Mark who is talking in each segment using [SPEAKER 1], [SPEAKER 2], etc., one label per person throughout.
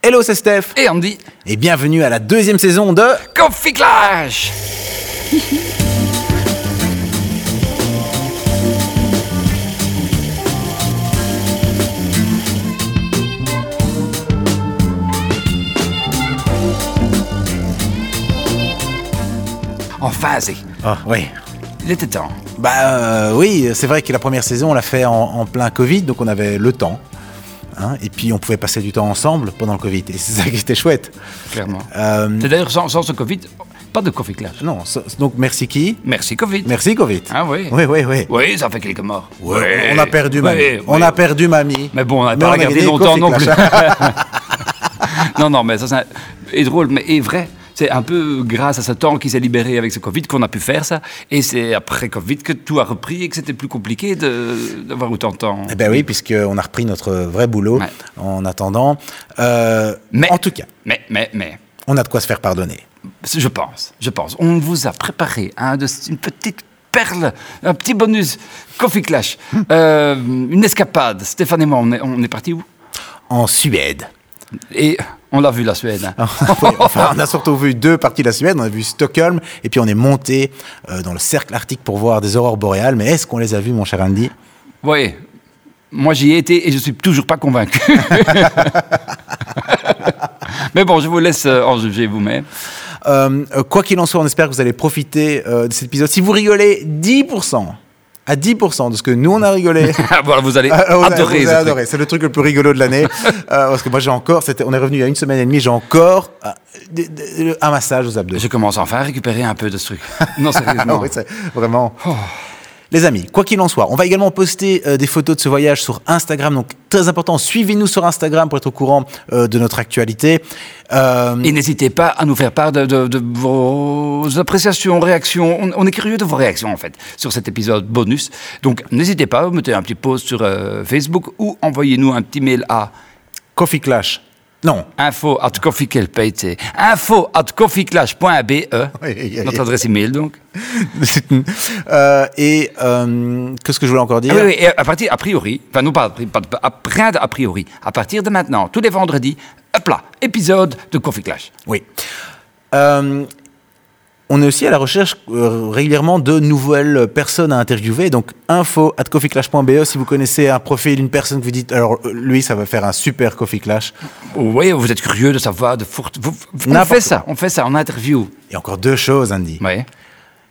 [SPEAKER 1] Hello, c'est Steph
[SPEAKER 2] Et Andy,
[SPEAKER 1] et bienvenue à la deuxième saison de
[SPEAKER 2] Coffee Clash Enfin, c'est...
[SPEAKER 1] Ah oui.
[SPEAKER 2] Il était temps.
[SPEAKER 1] Bah euh, oui, c'est vrai que la première saison, on l'a fait en, en plein Covid, donc on avait le temps. hein, et puis on pouvait passer du temps ensemble pendant le Covid, et c'est ça qui était chouette.
[SPEAKER 2] Clairement.
[SPEAKER 1] Euh,
[SPEAKER 2] C'est d'ailleurs sans, sans ce Covid, pas de Coffee Clash.
[SPEAKER 1] non, so- donc merci qui
[SPEAKER 2] Merci Covid.
[SPEAKER 1] Merci Covid.
[SPEAKER 2] Ah oui.
[SPEAKER 1] Oui, oui, oui.
[SPEAKER 2] Oui, ça fait quelques morts.
[SPEAKER 1] Ouais, On a perdu
[SPEAKER 2] Oui,
[SPEAKER 1] mamie.
[SPEAKER 2] oui.
[SPEAKER 1] On a perdu mamie.
[SPEAKER 2] Mais bon, on n'a
[SPEAKER 1] Mais
[SPEAKER 2] pas
[SPEAKER 1] a
[SPEAKER 2] regardé
[SPEAKER 1] gagné
[SPEAKER 2] longtemps
[SPEAKER 1] Coffee
[SPEAKER 2] non plus.
[SPEAKER 1] Clash.
[SPEAKER 2] non, non, mais ça, c'est un- est drôle, mais est vrai. C'est un peu grâce à ce temps qui s'est libéré avec ce Covid qu'on a pu faire ça. Et c'est après Covid que tout a repris et que c'était plus compliqué de- d'avoir autant de temps.
[SPEAKER 1] Eh ben oui, puisqu'on a repris notre vrai boulot
[SPEAKER 2] Ouais.
[SPEAKER 1] en attendant. Euh,
[SPEAKER 2] Mais-
[SPEAKER 1] En tout cas,
[SPEAKER 2] Mais, mais, mais,
[SPEAKER 1] on a de quoi se faire pardonner.
[SPEAKER 2] je pense, je pense. On vous a préparé hein, de- une petite perle, un petit bonus, Coffee Clash, euh, une escapade. Stéphane et moi, on est, on est parti où
[SPEAKER 1] En Suède.
[SPEAKER 2] Et on l'a vu, la Suède. hein.
[SPEAKER 1] Oui, enfin, on a surtout vu deux parties de la Suède. On a vu Stockholm et puis on est monté euh, dans le cercle arctique pour voir des aurores boréales. Mais est-ce qu'on les a vues, mon cher Andy
[SPEAKER 2] Oui. Moi, j'y ai été et je suis toujours pas convaincu. Mais bon, je vous laisse euh, en juger vous-même.
[SPEAKER 1] Euh, euh, Quoi qu'il en soit, on espère que vous allez profiter euh, de cet épisode. Si vous rigolez 10%, à 10% de ce que nous on a rigolé.
[SPEAKER 2] voilà, vous allez
[SPEAKER 1] Ah, on a- on
[SPEAKER 2] adorer. ce
[SPEAKER 1] a
[SPEAKER 2] truc.
[SPEAKER 1] adoré. C'est le truc le plus rigolo de l'année. Euh, parce que moi, j'ai encore, c'était- on est revenu il y a une semaine et demie, j'ai encore euh, de- de- un massage aux abdos.
[SPEAKER 2] Je commence enfin à récupérer un peu de ce truc. Non,
[SPEAKER 1] Ah
[SPEAKER 2] sérieusement.
[SPEAKER 1] oui, c'est vraiment. Oh. Les amis, quoi qu'il en soit, on va également poster euh, des photos de ce voyage sur Instagram. Donc, très important, suivez-nous sur Instagram pour être au courant euh, de notre actualité. Euh,
[SPEAKER 2] Et n'hésitez pas à nous faire part de, de- de vos appréciations, réactions. On, on est curieux de vos réactions, en fait, sur cet épisode bonus. Donc, n'hésitez pas, mettez un petit post sur euh, Facebook ou envoyez-nous un petit mail à
[SPEAKER 1] Coffee Clash. Non.
[SPEAKER 2] info at coffeekelpeit, info at coffeeclash.be,
[SPEAKER 1] Oui, oui, oui.
[SPEAKER 2] notre adresse email donc.
[SPEAKER 1] Euh, et euh, qu'est-ce que je voulais encore dire
[SPEAKER 2] Ah oui, oui, et à partir, a priori, enfin non pas, a pri- pas de- à- rien d'a priori, à partir de maintenant, tous les vendredis, hop là, épisode de Coffee Clash.
[SPEAKER 1] Oui. Euh, on est aussi à la recherche euh, régulièrement de nouvelles personnes à interviewer. Donc, info at coffeeclash.be E. si vous connaissez un profil, une personne que vous dites, alors euh, lui, ça va faire un super Coffee Clash.
[SPEAKER 2] Oui, vous êtes curieux de savoir, de fourte, vous- vous- on
[SPEAKER 1] N'importe
[SPEAKER 2] fait ça, on fait ça, on interview.
[SPEAKER 1] Et encore deux choses, Andy.
[SPEAKER 2] Ouais.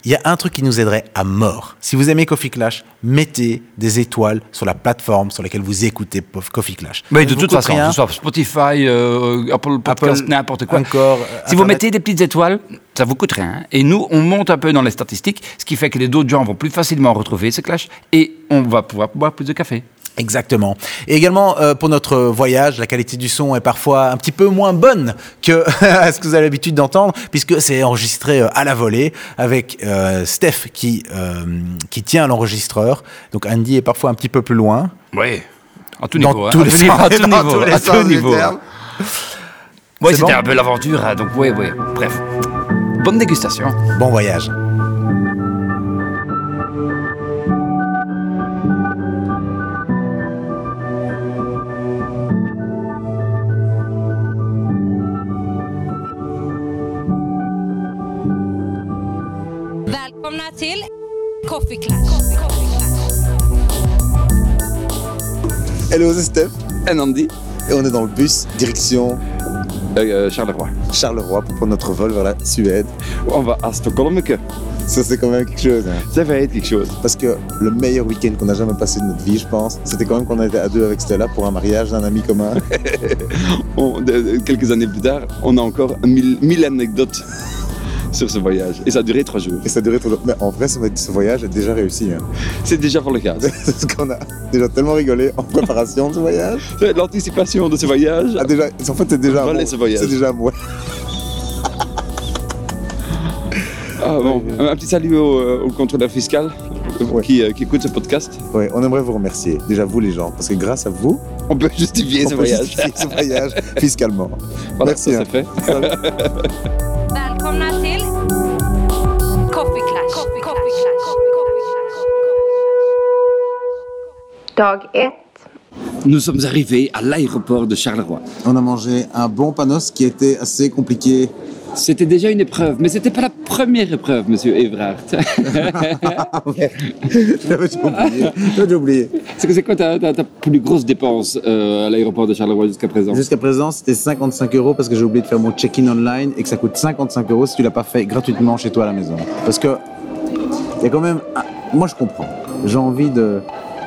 [SPEAKER 1] Il y a un truc qui nous aiderait à mort. Si vous aimez Coffee Clash, mettez des étoiles sur la plateforme sur laquelle vous écoutez Pof- Coffee Clash.
[SPEAKER 2] Mais
[SPEAKER 1] Ça
[SPEAKER 2] Bah, de
[SPEAKER 1] vous
[SPEAKER 2] toute
[SPEAKER 1] coûte
[SPEAKER 2] façon, que
[SPEAKER 1] rien.
[SPEAKER 2] ce soit Spotify, euh, Apple Podcast, n'importe quoi.
[SPEAKER 1] encore, euh,
[SPEAKER 2] si vous
[SPEAKER 1] Internet.
[SPEAKER 2] mettez des petites étoiles, ça vous coûte rien. hein. Et nous, on monte un peu dans les statistiques, ce qui fait que les d'autres gens vont plus facilement retrouver ce clash et on va pouvoir boire plus de café.
[SPEAKER 1] Exactement. Et également, euh, pour notre voyage, la qualité du son est parfois un petit peu moins bonne que à ce que vous avez l'habitude d'entendre, puisque c'est enregistré euh, à la volée avec euh, Steph qui, euh, qui tient l'enregistreur. Donc Andy est parfois un petit peu plus loin.
[SPEAKER 2] Oui. À tout
[SPEAKER 1] Dans
[SPEAKER 2] niveau. hein.
[SPEAKER 1] tous
[SPEAKER 2] À
[SPEAKER 1] les
[SPEAKER 2] tout niveau,
[SPEAKER 1] sens-
[SPEAKER 2] à tout
[SPEAKER 1] dans
[SPEAKER 2] niveau,
[SPEAKER 1] tous les
[SPEAKER 2] à
[SPEAKER 1] sens
[SPEAKER 2] tout
[SPEAKER 1] du
[SPEAKER 2] niveau.
[SPEAKER 1] terme.
[SPEAKER 2] Oui,
[SPEAKER 1] C'est
[SPEAKER 2] c'était
[SPEAKER 1] bon
[SPEAKER 2] un peu l'aventure, hein, donc oui, oui. Bref, bonne dégustation.
[SPEAKER 1] Bon voyage.
[SPEAKER 3] Välkomna till Coffee Clash.
[SPEAKER 4] Hello, c'est Steph.
[SPEAKER 2] Et Andy
[SPEAKER 4] Et on est dans le bus direction
[SPEAKER 5] Euh,
[SPEAKER 2] Charleroi.
[SPEAKER 4] Charleroi pour prendre notre vol vers la Suède.
[SPEAKER 5] On va à Stockholm que
[SPEAKER 4] Ça, c'est quand même quelque chose. hein.
[SPEAKER 5] ça va être quelque chose.
[SPEAKER 4] Parce que le meilleur week-end qu'on a jamais passé de notre vie, je pense, c'était quand même qu'on était à deux avec Stella pour un mariage d'un ami commun.
[SPEAKER 5] On- de- de- quelques années plus tard, on a encore mille, mille anecdotes sur ce voyage. Et ça a duré trois jours.
[SPEAKER 4] Et ça durait toujours. Mais en vrai, ce ce voyage est déjà réussi. hein.
[SPEAKER 5] C'est déjà pour le cas.
[SPEAKER 4] Parce qu'on a déjà tellement rigolé en préparation de ce voyage.
[SPEAKER 5] C'est L'anticipation de ce voyage.
[SPEAKER 4] Ah, déjà, en fait, c'est déjà
[SPEAKER 5] Voler ce voyage.
[SPEAKER 4] C'est déjà moi.
[SPEAKER 5] Ah, bon. Un un petit salut au, euh, au contrôleur fiscal euh,
[SPEAKER 4] Ouais.
[SPEAKER 5] qui, euh, qui écoute ce podcast.
[SPEAKER 4] Ouais, on aimerait vous remercier. Déjà, vous, les gens. Parce que grâce à vous,
[SPEAKER 5] On peut justifier
[SPEAKER 4] on
[SPEAKER 5] ce
[SPEAKER 4] peut
[SPEAKER 5] voyage.
[SPEAKER 4] justifier ce voyage fiscalement.
[SPEAKER 5] Voilà,
[SPEAKER 4] Merci,
[SPEAKER 5] ça,
[SPEAKER 4] hein.
[SPEAKER 5] c'est fait.
[SPEAKER 3] Välkomna till Coffee Clash. Coffee Clash.
[SPEAKER 6] Dag 1.
[SPEAKER 5] Nous sommes arrivés à l'aéroport de Charleroi.
[SPEAKER 4] On a mangé un bon panos qui était assez compliqué.
[SPEAKER 5] C'était déjà une épreuve, mais c'était pas la première épreuve, monsieur Evrard.
[SPEAKER 4] Ah ouais, j'avais déjà oublié. J'avais déjà oublié.
[SPEAKER 5] c'est que c'est quoi ta, ta- ta plus grosse dépense euh, à l'aéroport de Charleroi jusqu'à présent
[SPEAKER 4] Jusqu'à présent, c'était 55 euros parce que j'ai oublié de faire mon check-in online et que ça coûte 55 euros si tu l'as pas fait gratuitement chez toi à la maison. Parce que il y a quand même. ah, moi, je comprends. J'ai envie de,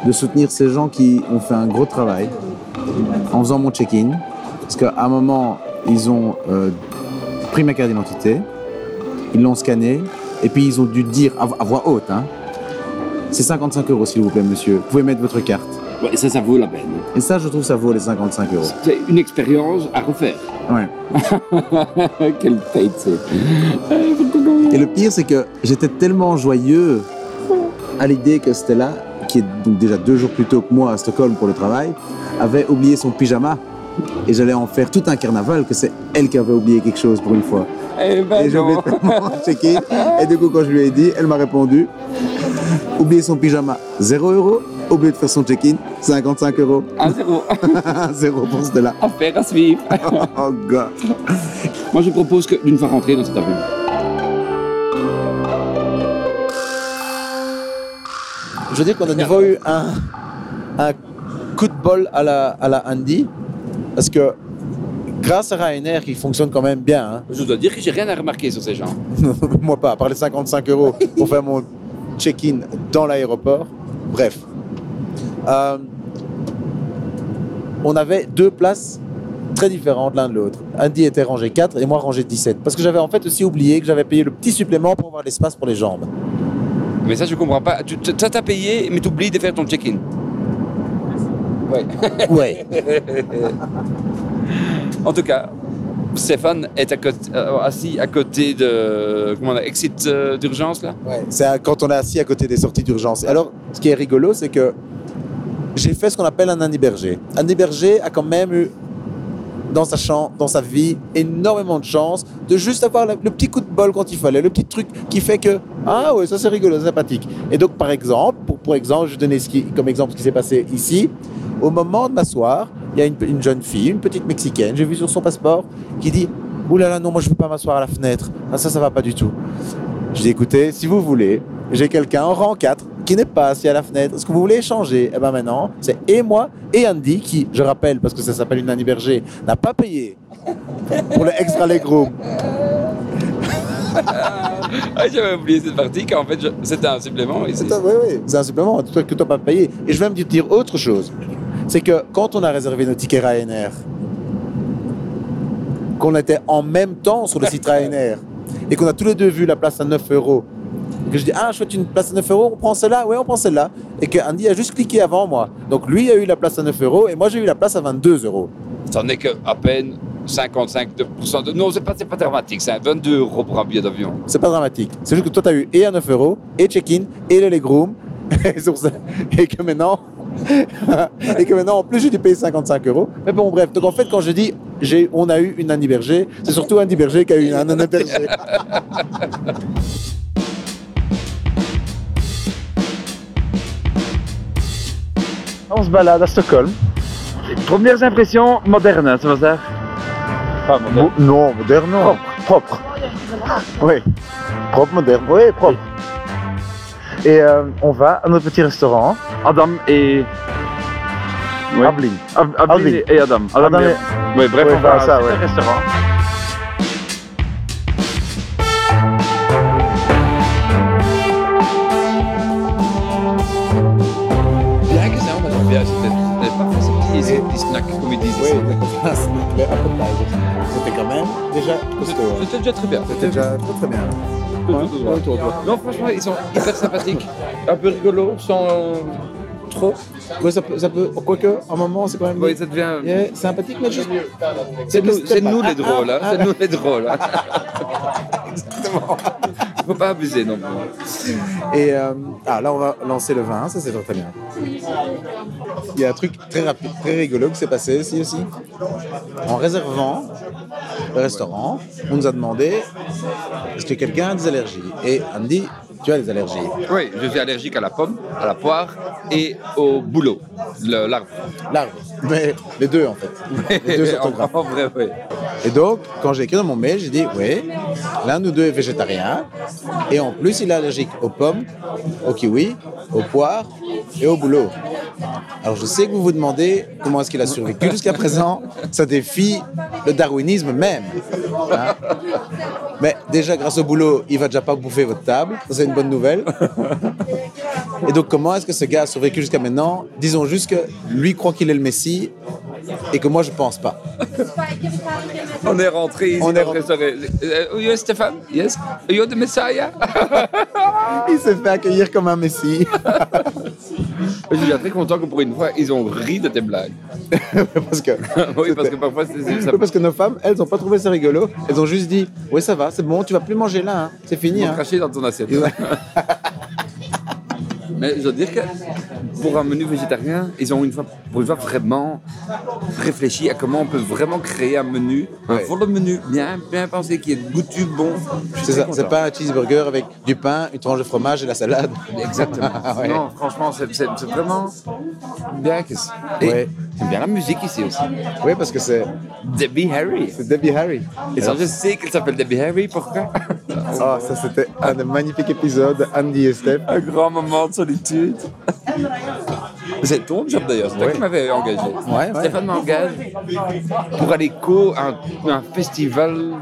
[SPEAKER 4] de soutenir ces gens qui ont fait un gros travail en faisant mon check-in. Parce qu'à un moment, ils ont euh, pris ma carte d'identité, ils l'ont scannée et puis ils ont dû dire à, vo- à voix haute hein, c'est 55 euros, s'il vous plaît, monsieur. Vous pouvez mettre votre carte.
[SPEAKER 5] Ouais, Ça, ça vaut la peine.
[SPEAKER 4] Et ça, je trouve, ça vaut les 55 euros.
[SPEAKER 5] C'est une expérience à refaire.
[SPEAKER 4] Ouais.
[SPEAKER 5] Quelle fête c'est.
[SPEAKER 4] Et le pire, c'est que j'étais tellement joyeux à l'idée que Stella, qui est donc déjà deux jours plus tôt que moi à Stockholm pour le travail, avait oublié son pyjama. Et j'allais en faire tout un carnaval que c'est elle qui avait oublié quelque chose pour une fois.
[SPEAKER 5] Eh ben
[SPEAKER 4] et je
[SPEAKER 5] non.
[SPEAKER 4] vais tellement checker. Et du coup, quand je lui ai dit, elle m'a répondu oublier son pyjama, 0 euros. Oublier de faire son check-in, 55 euros.
[SPEAKER 5] Un zéro. Ah,
[SPEAKER 4] Zéro pour Stella.
[SPEAKER 5] Affaire à suivre.
[SPEAKER 4] Oh, God.
[SPEAKER 5] Moi, je propose que d'une fois rentré dans cet avion.
[SPEAKER 4] Je veux dire qu'on a de nouveau eu un, un coup de bol à la, à la Andy, parce que grâce à Ryanair, qui fonctionne quand même bien,
[SPEAKER 5] Je dois dire que j'ai rien à remarquer sur ces gens.
[SPEAKER 4] hein, moi pas, à part les 55 euros pour faire mon check-in dans l'aéroport, bref. Euh, on avait deux places très différentes l'un de l'autre. Andy était rangé 4 et moi rangé 17, parce que j'avais en fait aussi oublié que j'avais payé le petit supplément pour avoir l'espace pour les jambes.
[SPEAKER 5] Mais ça, je comprends pas. Tu tu- ça, t'as payé, mais t'oublies de faire ton check-in. Ouais.
[SPEAKER 4] Ouais,
[SPEAKER 5] En tout cas, Stéphane est à côté- euh, assis à côté de comment on a, exit euh, d'urgence là.
[SPEAKER 4] Ouais, c'est à- quand on est assis à côté des sorties d'urgence. Alors, ce qui est rigolo, c'est que j'ai fait ce qu'on appelle un Andy Berger. Andy Berger a quand même eu, dans sa, chan- dans sa vie, énormément de chance de juste avoir le, le petit coup de bol quand il fallait, le petit truc qui fait que, ah ouais, ça c'est rigolo, c'est sympathique. Et donc, par exemple, pour, pour exemple, je vais donner ce qui, comme exemple ce qui s'est passé ici. Au moment de m'asseoir, il y a une, pe- une jeune fille, une petite mexicaine, j'ai vu sur son passeport, qui dit Ouh là là, non, moi je ne veux pas m'asseoir à la fenêtre. Ah, ça, ça va pas du tout. Je dis écoutez, si vous voulez, j'ai quelqu'un en rang 4 qui n'est pas assis à la fenêtre. Est-ce que vous voulez échanger Eh ben maintenant, c'est et moi et Andy qui, je rappelle, parce que ça s'appelle une Annie Berger, n'a pas payé pour le extra leg room.
[SPEAKER 5] Ah, j'avais oublié cette partie qu'en fait je- c'était un supplément ici.
[SPEAKER 4] C'est un, oui, oui, c'est un supplément toi, que tu n'as pas payé. Et je vais me dire autre chose. C'est que quand on a réservé nos tickets Ryanair, qu'on était en même temps sur le site Ryanair, et qu'on a tous les deux vu la place à 9 euros, que je dis, ah, je souhaite une place à 9 euros, on prend celle-là, oui, on prend celle-là, et que Andy a juste cliqué avant moi. Donc lui a eu la place à 9 euros, et moi j'ai eu la place à 22 euros.
[SPEAKER 5] Ça n'est qu'à peine 55% de. Non, c'est pas, c'est pas dramatique, c'est 22 euros pour un billet d'avion.
[SPEAKER 4] C'est pas dramatique. C'est juste que toi, tu as eu et à 9 euros, et check-in, et le legroom, et, sur ça- et que maintenant, et que maintenant, en plus, j'ai dû payer 55 euros. Mais bon, bref. Donc, en fait, quand je dis, j'ai, on a eu une Annie Berger, c'est surtout Annie Berger qui a eu un Annie Berger.
[SPEAKER 6] On se balade à Stockholm.
[SPEAKER 5] Premières impressions
[SPEAKER 6] hein,
[SPEAKER 5] modernes, c'est pas ça Pas moderne.
[SPEAKER 6] non, moderne, non. Propre. Oui. Propre, moderne. Oui, propre. Et euh, on va à notre petit restaurant,
[SPEAKER 5] Adam et.
[SPEAKER 6] à Blin.
[SPEAKER 5] Ab- Abdel
[SPEAKER 6] Alvin.
[SPEAKER 5] et Adam. Adam,
[SPEAKER 6] Adam
[SPEAKER 5] et-
[SPEAKER 6] et-
[SPEAKER 5] Ouais, bref,
[SPEAKER 6] Ouais,
[SPEAKER 5] on va
[SPEAKER 6] bah, ça,
[SPEAKER 5] c'est
[SPEAKER 6] ouais.
[SPEAKER 5] un restaurant. Bien que ça, on va bien, c'était c'était pas facile. C'est des snacks, comme ils disent. ici.
[SPEAKER 4] c'était quand même déjà costaud. hein.
[SPEAKER 5] C'était déjà très bien.
[SPEAKER 4] C'était déjà très très bien.
[SPEAKER 5] Non, franchement, ils sont hyper sympathiques, un peu rigolos, sans euh, trop.
[SPEAKER 4] Ouais, ça peut, ça peut, quoique, un moment, c'est quand même
[SPEAKER 5] Oui, ça devient.
[SPEAKER 4] yeah, sympathique, mais juste.
[SPEAKER 5] C'est
[SPEAKER 4] que
[SPEAKER 5] nous,
[SPEAKER 4] c'était
[SPEAKER 5] c'est
[SPEAKER 4] pas-
[SPEAKER 5] nous les
[SPEAKER 4] Ah,
[SPEAKER 5] drôles, hein.
[SPEAKER 4] ah,
[SPEAKER 5] c'est nous les drôles. hein. Exactement. Faut pas abuser non plus.
[SPEAKER 4] Et euh, ah, là, on va lancer le vin, ça c'est très, très bien. Il y a un truc très rapide, très rigolo qui s'est passé ici aussi. En réservant le restaurant, on nous a demandé est-ce que quelqu'un a des allergies Et Andy Tu as des allergies.
[SPEAKER 5] Oui, je suis allergique à la pomme, à la poire et au boulot, le- l'arbre.
[SPEAKER 4] L'arbre. Mais les deux, en fait. Les deux
[SPEAKER 5] en,
[SPEAKER 4] orthographes.
[SPEAKER 5] en vrai, oui.
[SPEAKER 4] Et donc, quand j'ai écrit dans mon mail, j'ai dit oui, l'un ou deux est végétarien et en plus il est allergique aux pommes, aux kiwis, aux poires et au boulot. Alors je sais que vous vous demandez comment est-ce qu'il a survécu jusqu'à présent. Ça défie le darwinisme même. hein. Mais déjà grâce au boulot, il va déjà pas bouffer votre table. Ça, C'est une bonne nouvelle. Et donc comment est-ce que ce gars a survécu jusqu'à maintenant Disons juste que lui croit qu'il est le Messie et que moi je pense pas.
[SPEAKER 5] On est rentré ici.
[SPEAKER 4] On est
[SPEAKER 5] après ça. Euh, oui, yes, Stéphane, yes. You're the Messiah.
[SPEAKER 4] Il s'est fait accueillir comme un messie.
[SPEAKER 5] je suis très content que pour une fois, ils ont ri de tes blagues.
[SPEAKER 4] parce, que,
[SPEAKER 5] oui, parce que parfois, c'est- c'est- ça
[SPEAKER 4] Oui, parce que nos femmes, elles n'ont pas trouvé ça rigolo. Elles ont juste dit Oui, ça va, c'est bon, tu vas plus manger là, hein. c'est fini.
[SPEAKER 5] Ils m'ont
[SPEAKER 4] Hein.
[SPEAKER 5] craché dans ton assiette.
[SPEAKER 4] Ils ont-
[SPEAKER 5] Mais je dois dire que pour un menu végétarien, ils ont une fois, pour une fois vraiment réfléchi à comment on peut vraiment créer un menu, un
[SPEAKER 4] Ouais.
[SPEAKER 5] le menu bien, bien pensé, qui est goûtu, bon. Je suis
[SPEAKER 4] C'est
[SPEAKER 5] très
[SPEAKER 4] ça, c'est
[SPEAKER 5] content.
[SPEAKER 4] pas un cheeseburger avec du pain, une tranche de fromage et la salade.
[SPEAKER 5] Exactement.
[SPEAKER 4] Ah ouais.
[SPEAKER 5] Non, franchement, c'est c'est- c'est vraiment bien. que c'est- Et
[SPEAKER 4] Ouais.
[SPEAKER 5] j'aime bien la musique ici aussi.
[SPEAKER 4] Oui, parce que c'est
[SPEAKER 5] Debbie Harry.
[SPEAKER 4] c'est Debbie Harry.
[SPEAKER 5] Et ça, je sais qu'elle s'appelle Debbie Harry, pourquoi
[SPEAKER 4] Oh, ça c'était un magnifique épisode, Andy et Steph.
[SPEAKER 5] Un grand moment de solitude. C'est ton job d'ailleurs, c'est toi
[SPEAKER 4] Ouais.
[SPEAKER 5] qui m'avais engagé.
[SPEAKER 4] Ouais, ouais.
[SPEAKER 5] Stéphane m'engage pour aller co à un, un festival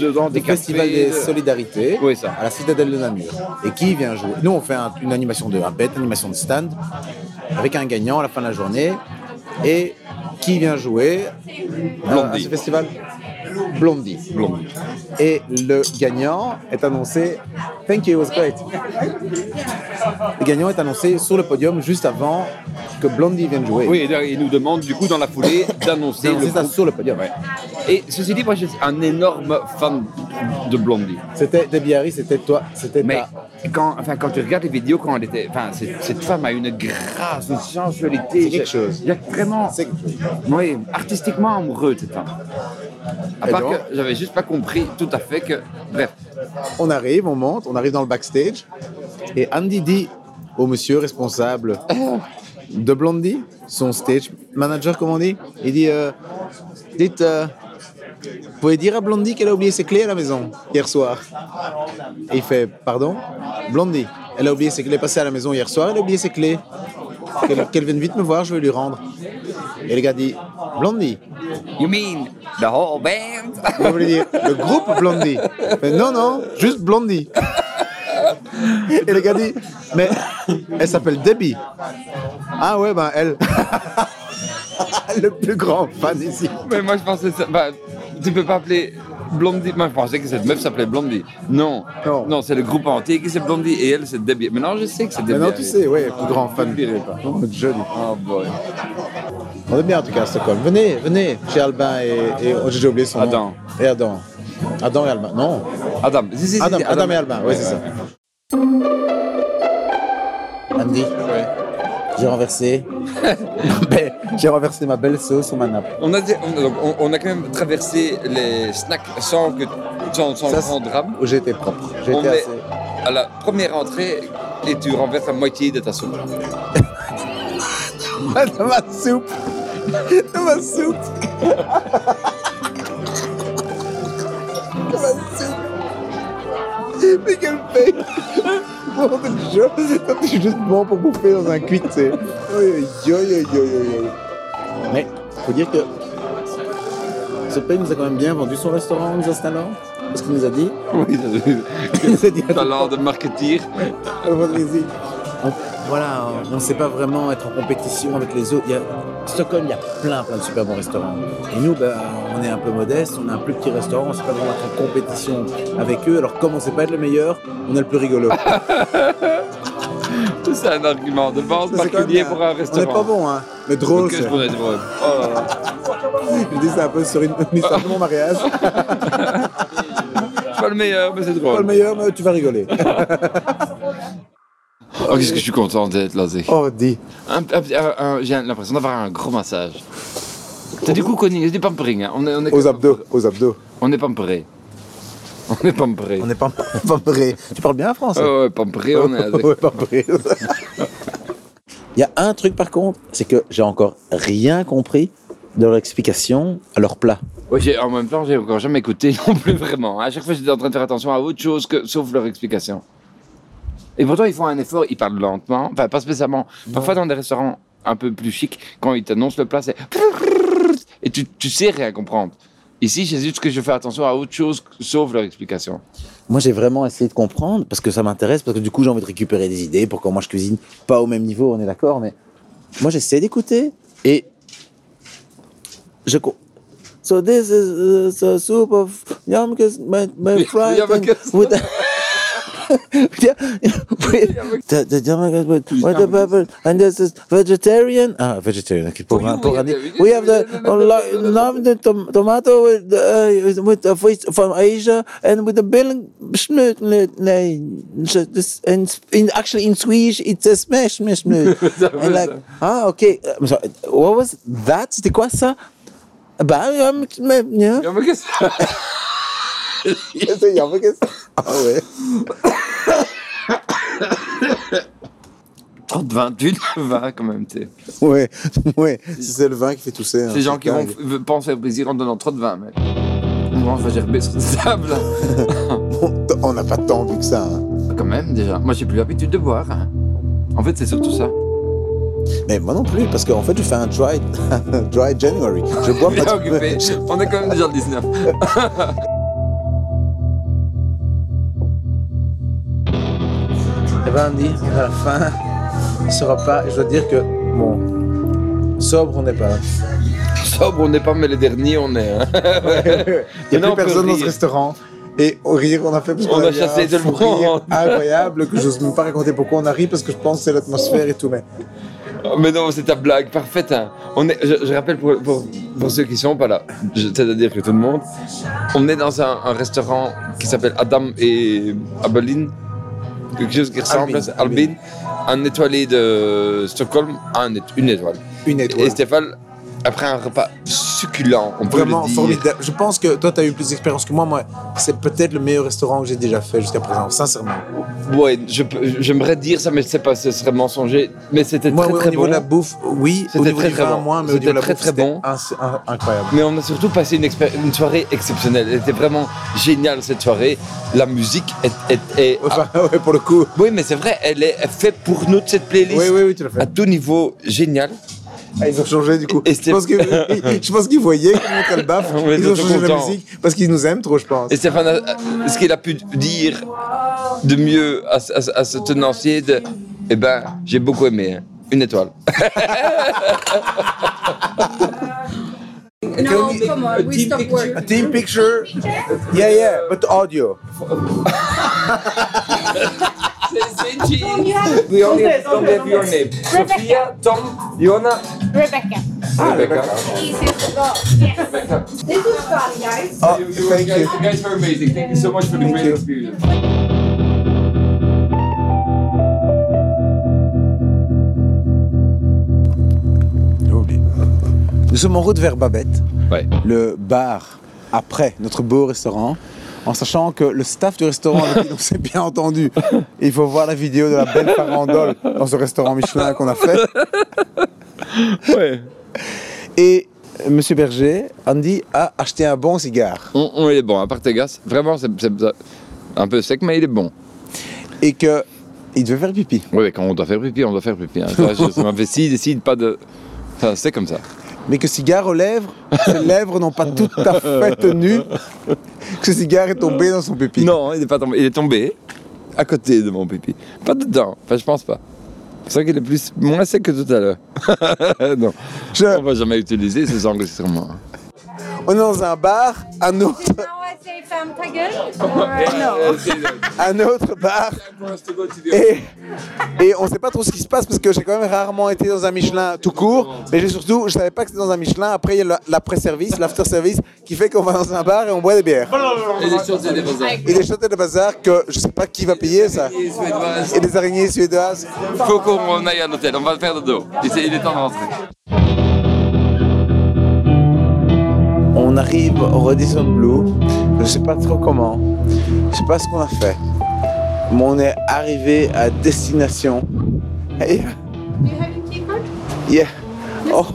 [SPEAKER 5] dedans des
[SPEAKER 4] Le Festival
[SPEAKER 5] cafés,
[SPEAKER 4] des
[SPEAKER 5] de-
[SPEAKER 4] Solidarités
[SPEAKER 5] Oui, ça.
[SPEAKER 4] à la Citadelle de Namur. Et qui vient jouer Nous, on fait un- une animation de un bête, une animation de stand, avec un gagnant à la fin de la journée. Et qui vient jouer à- à
[SPEAKER 5] Blondie.
[SPEAKER 4] ce festival Blondie.
[SPEAKER 5] Blondie.
[SPEAKER 4] Et le gagnant est annoncé. Thank you, it was great. Le gagnant est annoncé sur le podium juste avant que Blondie vienne jouer.
[SPEAKER 5] Oui, et d'ailleurs, il nous demande du coup dans la foulée d'annoncer le
[SPEAKER 4] C'est ça
[SPEAKER 5] groupe.
[SPEAKER 4] sur le podium.
[SPEAKER 5] Ouais. Et ceci dit, moi je suis un énorme fan de Blondie.
[SPEAKER 4] C'était Debbie Harry, c'était toi, c'était
[SPEAKER 5] Mais
[SPEAKER 4] ta-
[SPEAKER 5] quand, enfin, quand tu regardes les vidéos, quand elle était, enfin, cette, cette femme a une grâce, une sensualité.
[SPEAKER 4] C'est quelque chose.
[SPEAKER 5] Il y a vraiment,
[SPEAKER 4] C'est quelque chose.
[SPEAKER 5] oui, artistiquement amoureux de cette femme. À
[SPEAKER 4] Et
[SPEAKER 5] part
[SPEAKER 4] donc
[SPEAKER 5] que j'avais juste pas compris tout à fait que, bref,
[SPEAKER 4] On arrive, on monte, on arrive dans le backstage. Et Andy dit au monsieur responsable de Blondie, son stage manager, comme on dit, il dit euh, Dites, euh, vous pouvez dire à Blondie qu'elle a oublié ses clés à la maison hier soir Et il fait Pardon Blondie, elle a oublié ses clés, elle est passée à la maison hier soir, elle a oublié ses clés. Qu'elle qu'elle vienne vite me voir, je vais lui rendre. Et le gars dit Blondie,
[SPEAKER 5] you mean the whole band?
[SPEAKER 4] vous voulez dire le groupe Blondie Mais non, non, juste Blondie. Et le gars dit, mais elle s'appelle Debbie. Ah ouais, ben elle. le plus grand fan ici.
[SPEAKER 5] Mais moi je pensais, ça, bah, tu peux pas appeler Blondie. Moi je pensais que cette meuf s'appelait Blondie. Non,
[SPEAKER 4] Non.
[SPEAKER 5] c'est le groupe entier qui c'est Blondie et elle c'est Debbie. Maintenant je sais que c'est Debbie.
[SPEAKER 4] Maintenant tu sais, ouais, plus grand fan.
[SPEAKER 5] Oubliez pas.
[SPEAKER 4] Oh, joli.
[SPEAKER 5] Oh boy.
[SPEAKER 4] On est bien en tout cas à Stockholm. Venez, venez, chez Albin et, et- oh, j'ai oublié son nom.
[SPEAKER 5] Adam.
[SPEAKER 4] Et Adam. Adam et Albin. Non.
[SPEAKER 5] Adam. Si, si, si,
[SPEAKER 4] Adam,
[SPEAKER 5] si,
[SPEAKER 4] Adam et Albin, oui, c'est ça. Andy, j'ai renversé. Mais j'ai renversé ma belle sauce sur ma nappe.
[SPEAKER 5] On a, dé- on, donc, on- on a quand même traversé les snacks sans, que, sans, sans
[SPEAKER 4] Ça,
[SPEAKER 5] grand
[SPEAKER 4] c'est-
[SPEAKER 5] drame.
[SPEAKER 4] Où j'étais propre.
[SPEAKER 5] On
[SPEAKER 4] J'étais
[SPEAKER 5] met
[SPEAKER 4] assez.
[SPEAKER 5] à la première entrée et tu renverses la moitié de ta soupe.
[SPEAKER 4] de ma soupe. De ma soupe. De ma soupe. Mais quel fait Bon, t'es chaud. Toi, t'es juste bon pour bouffer dans un cuit, tu sais. Aïe, aïe, aïe, aïe, aïe, aïe. Mais, faut dire que ce pays nous a quand même bien vendu son restaurant en nous installant. Parce qu'il nous a dit.
[SPEAKER 5] Oui,
[SPEAKER 4] Il nous a dit
[SPEAKER 5] talent de marketeer.
[SPEAKER 4] Allez-y. On- Voilà, on ne sait pas vraiment être en compétition avec les autres. Il y a- Stockholm, il y a plein, plein de super bons restaurants. Et nous, ben, on est un peu modeste, on a un plus petit restaurant, on ne sait pas vraiment être en compétition avec eux. Alors, comme on ne sait pas être le meilleur, on est le plus rigolo.
[SPEAKER 5] C'est un argument de base
[SPEAKER 4] C'est quand
[SPEAKER 5] particulier
[SPEAKER 4] même,
[SPEAKER 5] pour un
[SPEAKER 4] on n'est
[SPEAKER 5] restaurant.
[SPEAKER 4] pas bon, hein. Mais drôle,
[SPEAKER 5] Qu'est-ce
[SPEAKER 4] c'est-
[SPEAKER 5] qu'on est drôle. Oh là là.
[SPEAKER 4] je dis ça un peu sur une, une histoire de mon mariage.
[SPEAKER 5] Je suis pas le meilleur, mais c'est
[SPEAKER 4] Pas le
[SPEAKER 5] drôle.
[SPEAKER 4] meilleur, mais tu vas rigoler.
[SPEAKER 5] Oh, qu'est-ce que je suis content d'être là, Zé.
[SPEAKER 4] Oh, dis.
[SPEAKER 5] Un- un- un- un- J'ai l'impression d'avoir un gros massage. C'est du coup connu, c'est du pampering. hein. On est, on est,
[SPEAKER 4] Aux abdos, aux abdos.
[SPEAKER 5] on est pamperé. On est pamperé.
[SPEAKER 1] On n'est pas pamperé. Tu parles bien français.
[SPEAKER 5] Oh, ouais, pamperé, on est avec.
[SPEAKER 1] Ouais, pamperé.
[SPEAKER 4] Il y a un truc par contre, c'est que j'ai encore rien compris de leur explication à leur plat.
[SPEAKER 5] Ouais, j'ai- en même temps, j'ai encore jamais écouté non plus vraiment. À chaque fois, j'étais en train de faire attention à autre chose que, sauf leur explication. Et pourtant, ils font un effort, ils parlent lentement, enfin pas spécialement. Parfois, dans des restaurants un peu plus chics, quand ils t'annoncent le plat, c'est et tu, tu sais rien comprendre. Ici, c'est juste que je fais attention à autre chose sauf leur explication.
[SPEAKER 4] Moi, j'ai vraiment essayé de comprendre parce que ça m'intéresse, parce que du coup, j'ai envie de récupérer des idées pour quand moi je cuisine pas au même niveau, on est d'accord, mais moi, j'essaie d'écouter et je. co- So this is uh, so soup of yam kes- my, my fried
[SPEAKER 5] Yam
[SPEAKER 4] and
[SPEAKER 5] kes-
[SPEAKER 4] with with the, the yam kes- with, with the pepper and this is vegetarian ah vegetarian ok, pour,
[SPEAKER 5] Oui,
[SPEAKER 4] un-
[SPEAKER 5] oui,
[SPEAKER 4] pour
[SPEAKER 5] oui,
[SPEAKER 4] un-
[SPEAKER 5] oui,
[SPEAKER 4] we have the
[SPEAKER 5] oui, oui, oui, oui,
[SPEAKER 4] love the tom- tomato with the, uh, with the fish from Asia and with the bill and in actually in Swedish it says smash smash smash and like ah okay I'm sorry, what was that c'était quoi ça bah um, mais, yeah.
[SPEAKER 5] Non, mais qu'est-ce que
[SPEAKER 4] Essayons, mais qu'est-ce que- ah ouais
[SPEAKER 5] 30, 28, 20 quand même, tu sais.
[SPEAKER 4] ouais ouais c'est le vin qui fait tousser hein,
[SPEAKER 5] Ces gens qui vont euh,
[SPEAKER 4] dingue.
[SPEAKER 5] f- pensent faire plaisir en donnant 30, 20, mec. Moi, enfin, j'ai rebaissé cette table.
[SPEAKER 4] on n'a pas tant vu que ça hein.
[SPEAKER 5] Quand même, déjà. Moi, j'ai plus l'habitude de boire. hein. En fait, c'est surtout ça.
[SPEAKER 4] mais moi non plus parce qu'en fait je fais un dry dry January je bois
[SPEAKER 5] Bien
[SPEAKER 4] pas
[SPEAKER 5] occupé. On est quand même déjà le 19.
[SPEAKER 4] Eh ben Andy, on est à la fin de ce repas. Et Je dois dire que, bon, sobre, on n'est pas.
[SPEAKER 5] Sobre, on n'est pas, mais les derniers, on est. hein.
[SPEAKER 4] Il n'y a
[SPEAKER 5] Maintenant, on
[SPEAKER 4] plus
[SPEAKER 5] peut
[SPEAKER 4] personne dans ce
[SPEAKER 5] rire.
[SPEAKER 4] restaurant. Et au rire, on a fait parce
[SPEAKER 5] On
[SPEAKER 4] qu'on
[SPEAKER 5] a
[SPEAKER 4] avait
[SPEAKER 5] chassé
[SPEAKER 4] un
[SPEAKER 5] tout le
[SPEAKER 4] fou
[SPEAKER 5] monde.
[SPEAKER 4] rire Incroyable, que j'ose même pas raconter pourquoi on a ri, parce que je pense que c'est l'atmosphère et tout. Mais
[SPEAKER 5] Oh, mais non, c'est ta blague parfaite. hein. On est, je, je rappelle pour, pour, pour ceux qui sont pas là, je- c'est-à-dire que tout le monde, on est dans un, un restaurant qui s'appelle Adam et Abeline, quelque chose qui ressemble à ça,
[SPEAKER 4] Albin.
[SPEAKER 5] Albin, un étoilé de Stockholm, ah, un, éto- une étoile.
[SPEAKER 4] une
[SPEAKER 5] Et
[SPEAKER 4] étoile.
[SPEAKER 5] Stéphane, après un repas succulent, on peut
[SPEAKER 4] Vraiment
[SPEAKER 5] le dire.
[SPEAKER 4] formidable. Je pense que toi, tu as eu plus d'expérience que moi. Moi, c'est peut-être le meilleur restaurant que j'ai déjà fait jusqu'à présent, sincèrement.
[SPEAKER 5] Ouais, je peux- j'aimerais dire ça, mais c'est pas, ce serait mensonger. Mais c'était
[SPEAKER 4] Moi,
[SPEAKER 5] très
[SPEAKER 4] oui,
[SPEAKER 5] très
[SPEAKER 4] au niveau
[SPEAKER 5] bon.
[SPEAKER 4] de la bouffe, oui. Au
[SPEAKER 5] C'était
[SPEAKER 4] niveau
[SPEAKER 5] très,
[SPEAKER 4] du
[SPEAKER 5] très
[SPEAKER 4] vin,
[SPEAKER 5] bon.
[SPEAKER 4] moins, mais au niveau de la
[SPEAKER 5] C'était
[SPEAKER 4] bouffe,
[SPEAKER 5] très, très
[SPEAKER 4] c'était
[SPEAKER 5] bon.
[SPEAKER 4] ins- in- incroyable.
[SPEAKER 5] Mais on a surtout passé une, expé- une soirée exceptionnelle. Elle était vraiment géniale cette soirée. La musique est. est- est-
[SPEAKER 4] Enfin, ouais, pour le coup.
[SPEAKER 5] ah, oui, mais c'est vrai, elle est faite pour nous, cette playlist.
[SPEAKER 4] Oui, oui, oui, tu l'as fait.
[SPEAKER 5] À tout niveau, génial.
[SPEAKER 4] Ah, ils ont changé du coup.
[SPEAKER 5] Et
[SPEAKER 4] je
[SPEAKER 5] c'était-
[SPEAKER 4] pense que- je pense qu'ils voyaient qu'on était le baf.
[SPEAKER 5] On était
[SPEAKER 4] Ils ont
[SPEAKER 5] trop
[SPEAKER 4] changé la
[SPEAKER 5] contents.
[SPEAKER 4] musique parce qu'ils nous aiment trop, je pense.
[SPEAKER 5] Et Stéphane, a- a- ce qu'il a pu dire de mieux à, ce- à ce- à ce tenancier, de, eh ben, j'ai beaucoup aimé. hein. Une étoile.
[SPEAKER 7] No, come on, we stop work.
[SPEAKER 4] A team picture. Yeah, yeah, but audio.
[SPEAKER 5] We only don't have your name. Sophia, Tom, Yona,
[SPEAKER 3] Rebecca.
[SPEAKER 5] Ah, Rebecca.
[SPEAKER 3] Easy to go. Yes.
[SPEAKER 7] This was fun, guys.
[SPEAKER 4] Oh,
[SPEAKER 5] You- Ah, you
[SPEAKER 4] thank
[SPEAKER 5] guys,
[SPEAKER 4] you.
[SPEAKER 5] you guys were amazing. Thank you so much for the great experience.
[SPEAKER 4] J'ai oublié. Nous sommes en route vers Babette,
[SPEAKER 5] Ouais.
[SPEAKER 4] le bar après notre beau restaurant. En sachant que le staff du restaurant avec qui on s'est bien entendu. Il faut voir la vidéo de la belle farandole dans ce restaurant Michelin qu'on a fait.
[SPEAKER 5] Ouais.
[SPEAKER 4] Et euh, Monsieur Berger, Andy, a acheté un bon cigare.
[SPEAKER 5] On, on- il est bon, à part Tegas. Vraiment, c'est c'est- c'est un peu sec, mais il est bon.
[SPEAKER 4] Et que il devait faire pipi.
[SPEAKER 5] Oui, mais quand on doit faire pipi, on dois faire pipi. Hein. Ça, je- ça m'a fait si, décide pas de. Enfin, c'est comme ça.
[SPEAKER 4] mais que cigare aux lèvres, ses lèvres n'ont pas tout à fait tenu, que ce cigare est tombé dans son pipi.
[SPEAKER 5] Non, il est pas tombé. Il est tombé à côté de mon pipi. Pas dedans. Enfin, je pense pas. C'est vrai qu'il est plus, moins sec que tout à l'heure. non,
[SPEAKER 4] Je-
[SPEAKER 5] on va jamais utiliser ces enregistrements.
[SPEAKER 4] on est dans un bar, un autre,
[SPEAKER 3] Now I say femme ta gueule.
[SPEAKER 4] un autre bar, et, et on ne sait pas trop ce qui se passe parce que j'ai quand même rarement été dans un Michelin tout court, mais j'ai surtout, je savais pas que c'était dans un Michelin. Après, il y a l'après-service, l'after-service, qui fait qu'on va dans un bar et on boit des bières. Et des châteaux de bazar que je sais pas qui va payer ça. Et des araignées suédoises.
[SPEAKER 5] Il faut qu'on aille à l'hôtel. On va faire de dos. Il est temps de rentrer.
[SPEAKER 4] On arrive au Radisson Blue, je sais pas trop comment, Je sais pas ce qu'on a fait, mais on est arrivé à destination.
[SPEAKER 3] Do
[SPEAKER 4] Hey,
[SPEAKER 3] you have your key card?
[SPEAKER 4] yeah. Oh,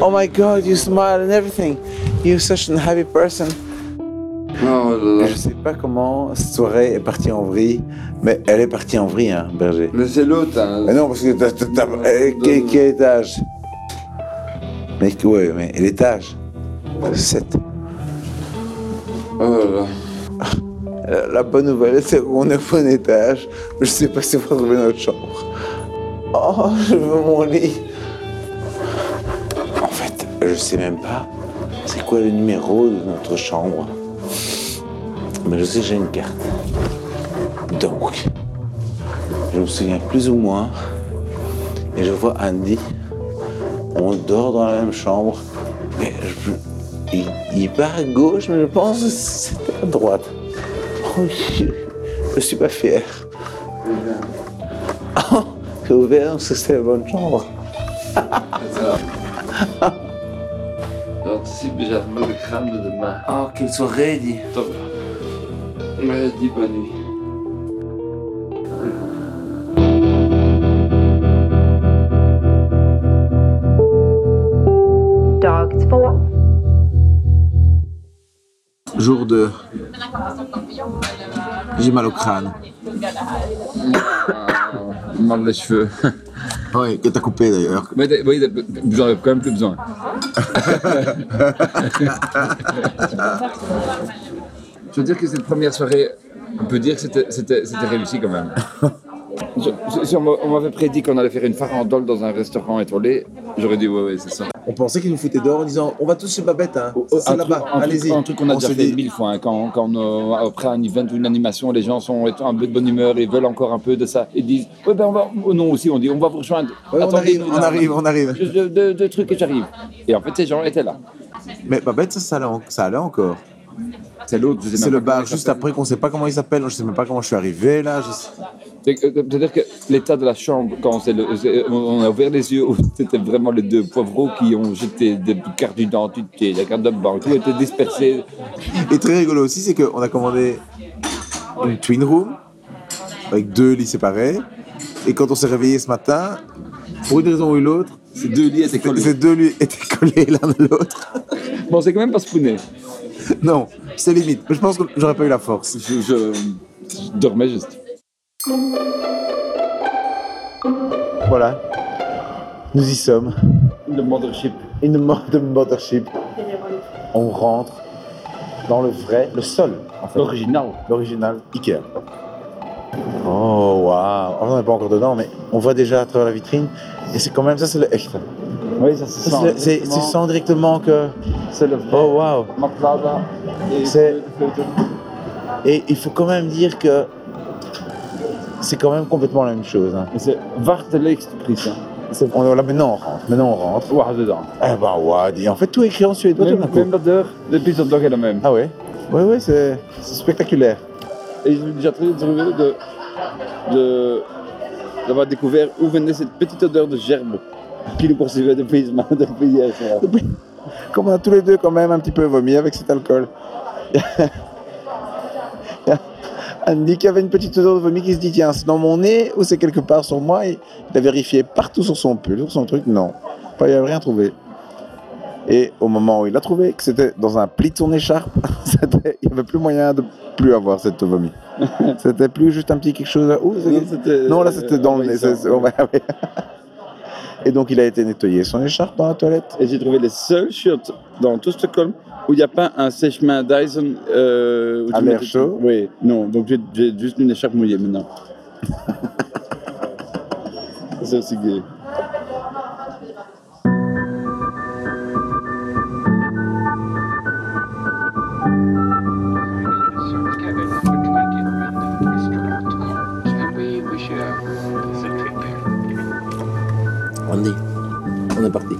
[SPEAKER 4] oh my God, you smile and everything. You're such a happy person.
[SPEAKER 5] Oh là là.
[SPEAKER 4] Je sais pas comment cette soirée est partie en vrille, mais elle est partie en vrille, hein, Berger.
[SPEAKER 5] Mais c'est l'autre. hein.
[SPEAKER 4] Mais Eh non, parce que t'as, t'as- t'as- euh, quel, quel étage Mais ouais, mais l'étage 7.
[SPEAKER 5] Oh là là.
[SPEAKER 4] La la bonne nouvelle, c'est qu'on est au bon étage. Je sais pas si on va trouver notre chambre. Oh, je veux mon lit. En fait, je sais même pas c'est quoi le numéro de notre chambre. Mais je sais que j'ai une carte. Donc, je me souviens plus ou moins. Et je vois Andy. On dort dans la même chambre. Mais je- il, il part à gauche, mais je pense que c'était à droite. Oh, je, je suis pas fier. Oh, j'ai ouvert, parce que c'était la bonne chambre.
[SPEAKER 5] J'anticipe déjà le crâne de demain.
[SPEAKER 4] Oh, quelle soirée, dit.
[SPEAKER 5] Top. Mais dis bonne nuit.
[SPEAKER 8] Dag två.
[SPEAKER 4] Jour 2. J'ai mal au crâne.
[SPEAKER 5] Demande les cheveux.
[SPEAKER 4] Oui, que t'as coupé d'ailleurs.
[SPEAKER 5] Mais t'as- oui, t'as- j'en ai quand même plus besoin. Je veux dire que cette première soirée, on peut dire que c'était- c'était c'était réussi quand même. Je- je- si on m'a- on m'avait prédit qu'on allait faire une farandole dans un restaurant étoilé, j'aurais dit ouais, ouais, c'est ça.
[SPEAKER 4] On pensait qu'ils nous foutaient dehors en disant on va tous chez Babette, hein.
[SPEAKER 5] Un
[SPEAKER 4] C'est là-bas,
[SPEAKER 5] truc- un truc-
[SPEAKER 4] allez-y.
[SPEAKER 5] Un truc qu'on a déjà
[SPEAKER 4] se
[SPEAKER 5] fait
[SPEAKER 4] dit,
[SPEAKER 5] mille fois. hein, Quand, quand euh, après un event ou une animation, les gens sont un peu de bonne humeur et veulent encore un peu de ça. Ils disent Ouais, ben on va. oh non, aussi, on dit On va vous rejoindre.
[SPEAKER 4] Ouais, on
[SPEAKER 5] Attendez-nous
[SPEAKER 4] arrive, on
[SPEAKER 5] là,
[SPEAKER 4] arrive, on arrive.
[SPEAKER 5] Juste deux, deux- deux trucs et j'arrive. Et en fait, ces gens étaient là.
[SPEAKER 4] Mais Babette, ça, ça, allait en- ça allait encore.
[SPEAKER 5] C'est l'autre, je sais même
[SPEAKER 4] C'est
[SPEAKER 5] pas
[SPEAKER 4] le
[SPEAKER 5] comment
[SPEAKER 4] bar
[SPEAKER 5] il
[SPEAKER 4] juste
[SPEAKER 5] s'appelle.
[SPEAKER 4] après qu'on sait pas comment il s'appelle. Je sais même pas comment je suis arrivé là. je sais-
[SPEAKER 5] C'est- euh, C'est-à-dire que l'état de la chambre, quand on, s'est le- c'est- euh, on a ouvert les yeux, c'était vraiment les deux poivreaux qui ont jeté des cartes d'identité, des cartes de banque, tout était dispersé.
[SPEAKER 4] Et très rigolo aussi, c'est qu'on a commandé une twin room avec deux lits séparés. Et quand on s'est réveillé ce matin, pour une raison ou une autre,
[SPEAKER 5] Ces deux lits étaient collés.
[SPEAKER 4] ces deux lits étaient collés l'un de l'autre.
[SPEAKER 5] Bon, c'est quand même pas spooné.
[SPEAKER 4] Non, c'est limite. Mais je pense que j'aurais pas eu la force.
[SPEAKER 5] Je, je- je dormais juste.
[SPEAKER 4] Voilà. Nous y sommes.
[SPEAKER 5] Le mothership.
[SPEAKER 4] Une mode de mothership. On rentre dans le vrai, le sol, en fait.
[SPEAKER 5] L'original.
[SPEAKER 4] L'original Ikea. Oh, waouh. On n'est pas encore dedans, mais on voit déjà à travers la vitrine. Et c'est quand même, ça, c'est le echt.
[SPEAKER 5] Oui, ça se
[SPEAKER 4] Ça, c'est le- C'est tu sens directement que.
[SPEAKER 5] C'est le vrai.
[SPEAKER 4] Oh waouh! C'est- Et il faut quand même dire que c'est quand même complètement la même chose. hein.
[SPEAKER 5] C'est Vartelix pris ça.
[SPEAKER 4] C'est- On est là, maintenant on rentre, maintenant on rentre.
[SPEAKER 5] hein. Ouah, dedans.
[SPEAKER 4] Eh ben waouh! dis- En fait, tout est écrit en suédois tout d'un
[SPEAKER 5] Même,
[SPEAKER 4] coup.
[SPEAKER 5] même l'odeur, depuis son dog est la même.
[SPEAKER 4] Ah ouais? Ouais, ouais, c'est c'est spectaculaire.
[SPEAKER 5] Et je suis déjà très heureux de, de, d'avoir découvert où venait cette petite odeur de gerbe qui nous poursuivait depuis, ce matin, depuis hier soir.
[SPEAKER 4] Comme on a tous les deux quand même un petit peu vomi avec cet alcool. Andy qui avait une petite odeur de vomi qui se dit tiens c'est dans mon nez ou c'est quelque part sur moi et il a vérifié partout sur son pull, sur son truc, non, pas il avait rien trouvé. Et au moment où il a trouvé que c'était dans un pli de son écharpe, c'était- il n'y avait plus moyen de plus avoir cette vomi. c'était plus juste un petit quelque chose. Ouh, c'est-
[SPEAKER 5] c'était,
[SPEAKER 4] non, là c'était dans le nez. c'est- c'est- on va- et donc il a été nettoyé son écharpe dans la toilette.
[SPEAKER 5] Et j'ai trouvé les seuls shirts dans tout Stockholm où il n'y a pas un sèche-main Dyson. Euh, où tu
[SPEAKER 4] À
[SPEAKER 5] mets
[SPEAKER 4] l'air
[SPEAKER 5] tes-
[SPEAKER 4] chaud
[SPEAKER 5] Oui, non, donc j'ai, j'ai juste une écharpe mouillée maintenant. C'est aussi gay.
[SPEAKER 4] Andy, on est parti.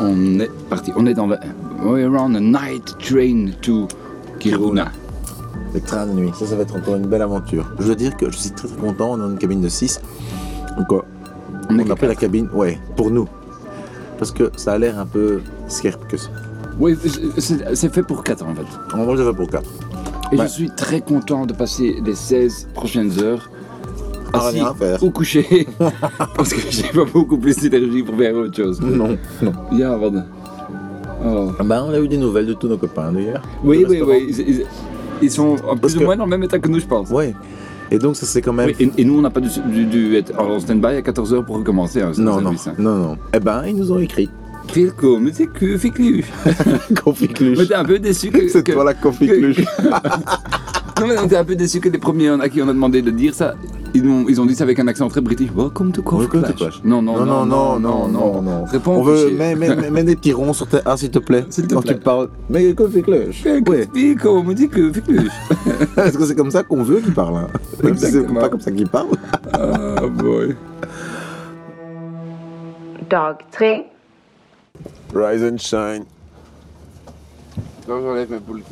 [SPEAKER 5] On est parti, on est dans le. We're on a night train to Kiruna.
[SPEAKER 4] Le train de nuit, ça, ça va être encore une belle aventure. Je dois dire que je suis très très content, on est dans une cabine de 6. Donc euh,
[SPEAKER 5] On est
[SPEAKER 4] on
[SPEAKER 5] que
[SPEAKER 4] a pris la cabine, ouais, pour nous. Parce que ça a l'air un peu scarpe que ça.
[SPEAKER 5] Oui, c'est- c'est fait pour 4 en fait.
[SPEAKER 4] En vrai, j'avais pour 4.
[SPEAKER 5] Et
[SPEAKER 4] Ouais.
[SPEAKER 5] je suis très content de passer les 16 prochaines heures
[SPEAKER 4] À
[SPEAKER 5] assis
[SPEAKER 4] rien faire.
[SPEAKER 5] ou couché. parce que j'ai pas beaucoup plus d'énergie pour faire autre chose.
[SPEAKER 4] Non, non.
[SPEAKER 5] Ja, wat- Oh.
[SPEAKER 4] Ah bah, on a eu des nouvelles de tous nos copains d'ailleurs.
[SPEAKER 5] Oui,
[SPEAKER 4] Le
[SPEAKER 5] oui,
[SPEAKER 4] restaurant.
[SPEAKER 5] oui. Ils, ils- ils sont en plus
[SPEAKER 4] Parce
[SPEAKER 5] ou
[SPEAKER 4] que-
[SPEAKER 5] moins dans le même état que nous, je pense.
[SPEAKER 4] Ouais. Et donc ça c'est quand même.
[SPEAKER 5] Oui, et, et nous, on n'a pas dû, dû- dû être en stand-by à 14h pour recommencer. hein, c'est
[SPEAKER 4] non,
[SPEAKER 5] un
[SPEAKER 4] non,
[SPEAKER 5] service, hein.
[SPEAKER 4] non, non. Eh ben, ils nous ont écrit.
[SPEAKER 5] Quelco, mais c'est que Ficlu. On
[SPEAKER 4] Conficluche.
[SPEAKER 5] était un peu déçus que.
[SPEAKER 4] C'est
[SPEAKER 5] que-
[SPEAKER 4] toi la conficluche.
[SPEAKER 5] Non, mais on était un peu déçus que les premiers à qui on a demandé de dire ça, ils ont, ils ont dit ça avec un accent très british. Welcome to Coffee
[SPEAKER 4] Welcome to
[SPEAKER 5] Clash.
[SPEAKER 4] Clash.
[SPEAKER 5] Non, non, non, non, non, non, Réponds
[SPEAKER 4] On
[SPEAKER 5] au
[SPEAKER 4] veut,
[SPEAKER 5] fichier.
[SPEAKER 4] mets, mets- mets- mets des petits ronds sur tes A s'il te plaît.
[SPEAKER 5] S'il te
[SPEAKER 4] quand
[SPEAKER 5] plaît.
[SPEAKER 4] tu parles. Mais conficluche.
[SPEAKER 5] Quelco,
[SPEAKER 4] Ouais.
[SPEAKER 5] Pico, on me dit que Ficlu.
[SPEAKER 4] Est-ce que c'est comme ça qu'on veut qu'il parle hein C'est
[SPEAKER 5] Exactement.
[SPEAKER 4] pas comme ça qu'il parle.
[SPEAKER 5] Ah, boy.
[SPEAKER 8] Dag 3.
[SPEAKER 4] Rise and shine.
[SPEAKER 5] Quand j'enlève mes boules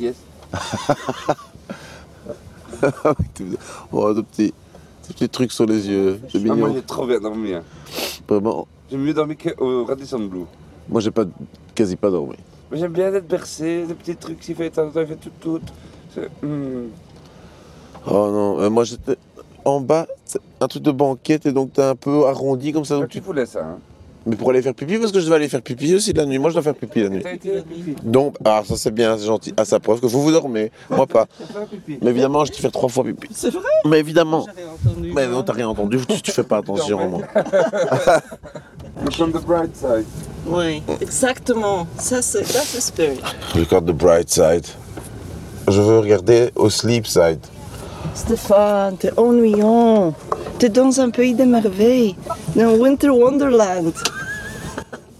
[SPEAKER 4] oh, ce petit, ce petit truc sur les yeux. C'est mignon.
[SPEAKER 5] trop bien dormi. Hein.
[SPEAKER 4] Ah, Vraiment,
[SPEAKER 5] J'ai mieux dormi qu'au Radisson Blue.
[SPEAKER 4] moi j'ai pas, quasi pas dormi.
[SPEAKER 5] Mais j'aime bien être bercé, des petits trucs, s'il fait temps, il fait tout, tout. C'est- hmm.
[SPEAKER 4] Oh non, euh, moi j'étais en bas, c'est un truc de banquette et donc t'es un peu arrondi comme ça.
[SPEAKER 5] Un
[SPEAKER 4] donc
[SPEAKER 5] petit
[SPEAKER 4] tu-
[SPEAKER 5] poulet, ça. Hein.
[SPEAKER 4] Mais pour aller faire pipi, parce que je devais aller faire pipi aussi la nuit. Moi je dois faire pipi la nuit.
[SPEAKER 5] T'as été faire pipi.
[SPEAKER 4] Donc, ah ça c'est bien, c'est gentil. Ah ça preuve que vous vous dormez, moi pas.
[SPEAKER 5] T'as fait un pipi.
[SPEAKER 4] Mais évidemment, je t'ai fait trois fois pipi.
[SPEAKER 9] C'est vrai
[SPEAKER 4] Mais évidemment.
[SPEAKER 9] J'avais entendu. hein.
[SPEAKER 4] Mais non, t'as rien entendu, tu, tu fais pas attention moi.
[SPEAKER 5] From the bright side.
[SPEAKER 9] Oui, exactement. Ça, c'est ça, c'est Spirit.
[SPEAKER 4] Regarde the bright side. Je veux regarder au sleep side.
[SPEAKER 9] Stéphane, t'es ennuyant. T'es dans un pays des merveilles, dans Winter Wonderland.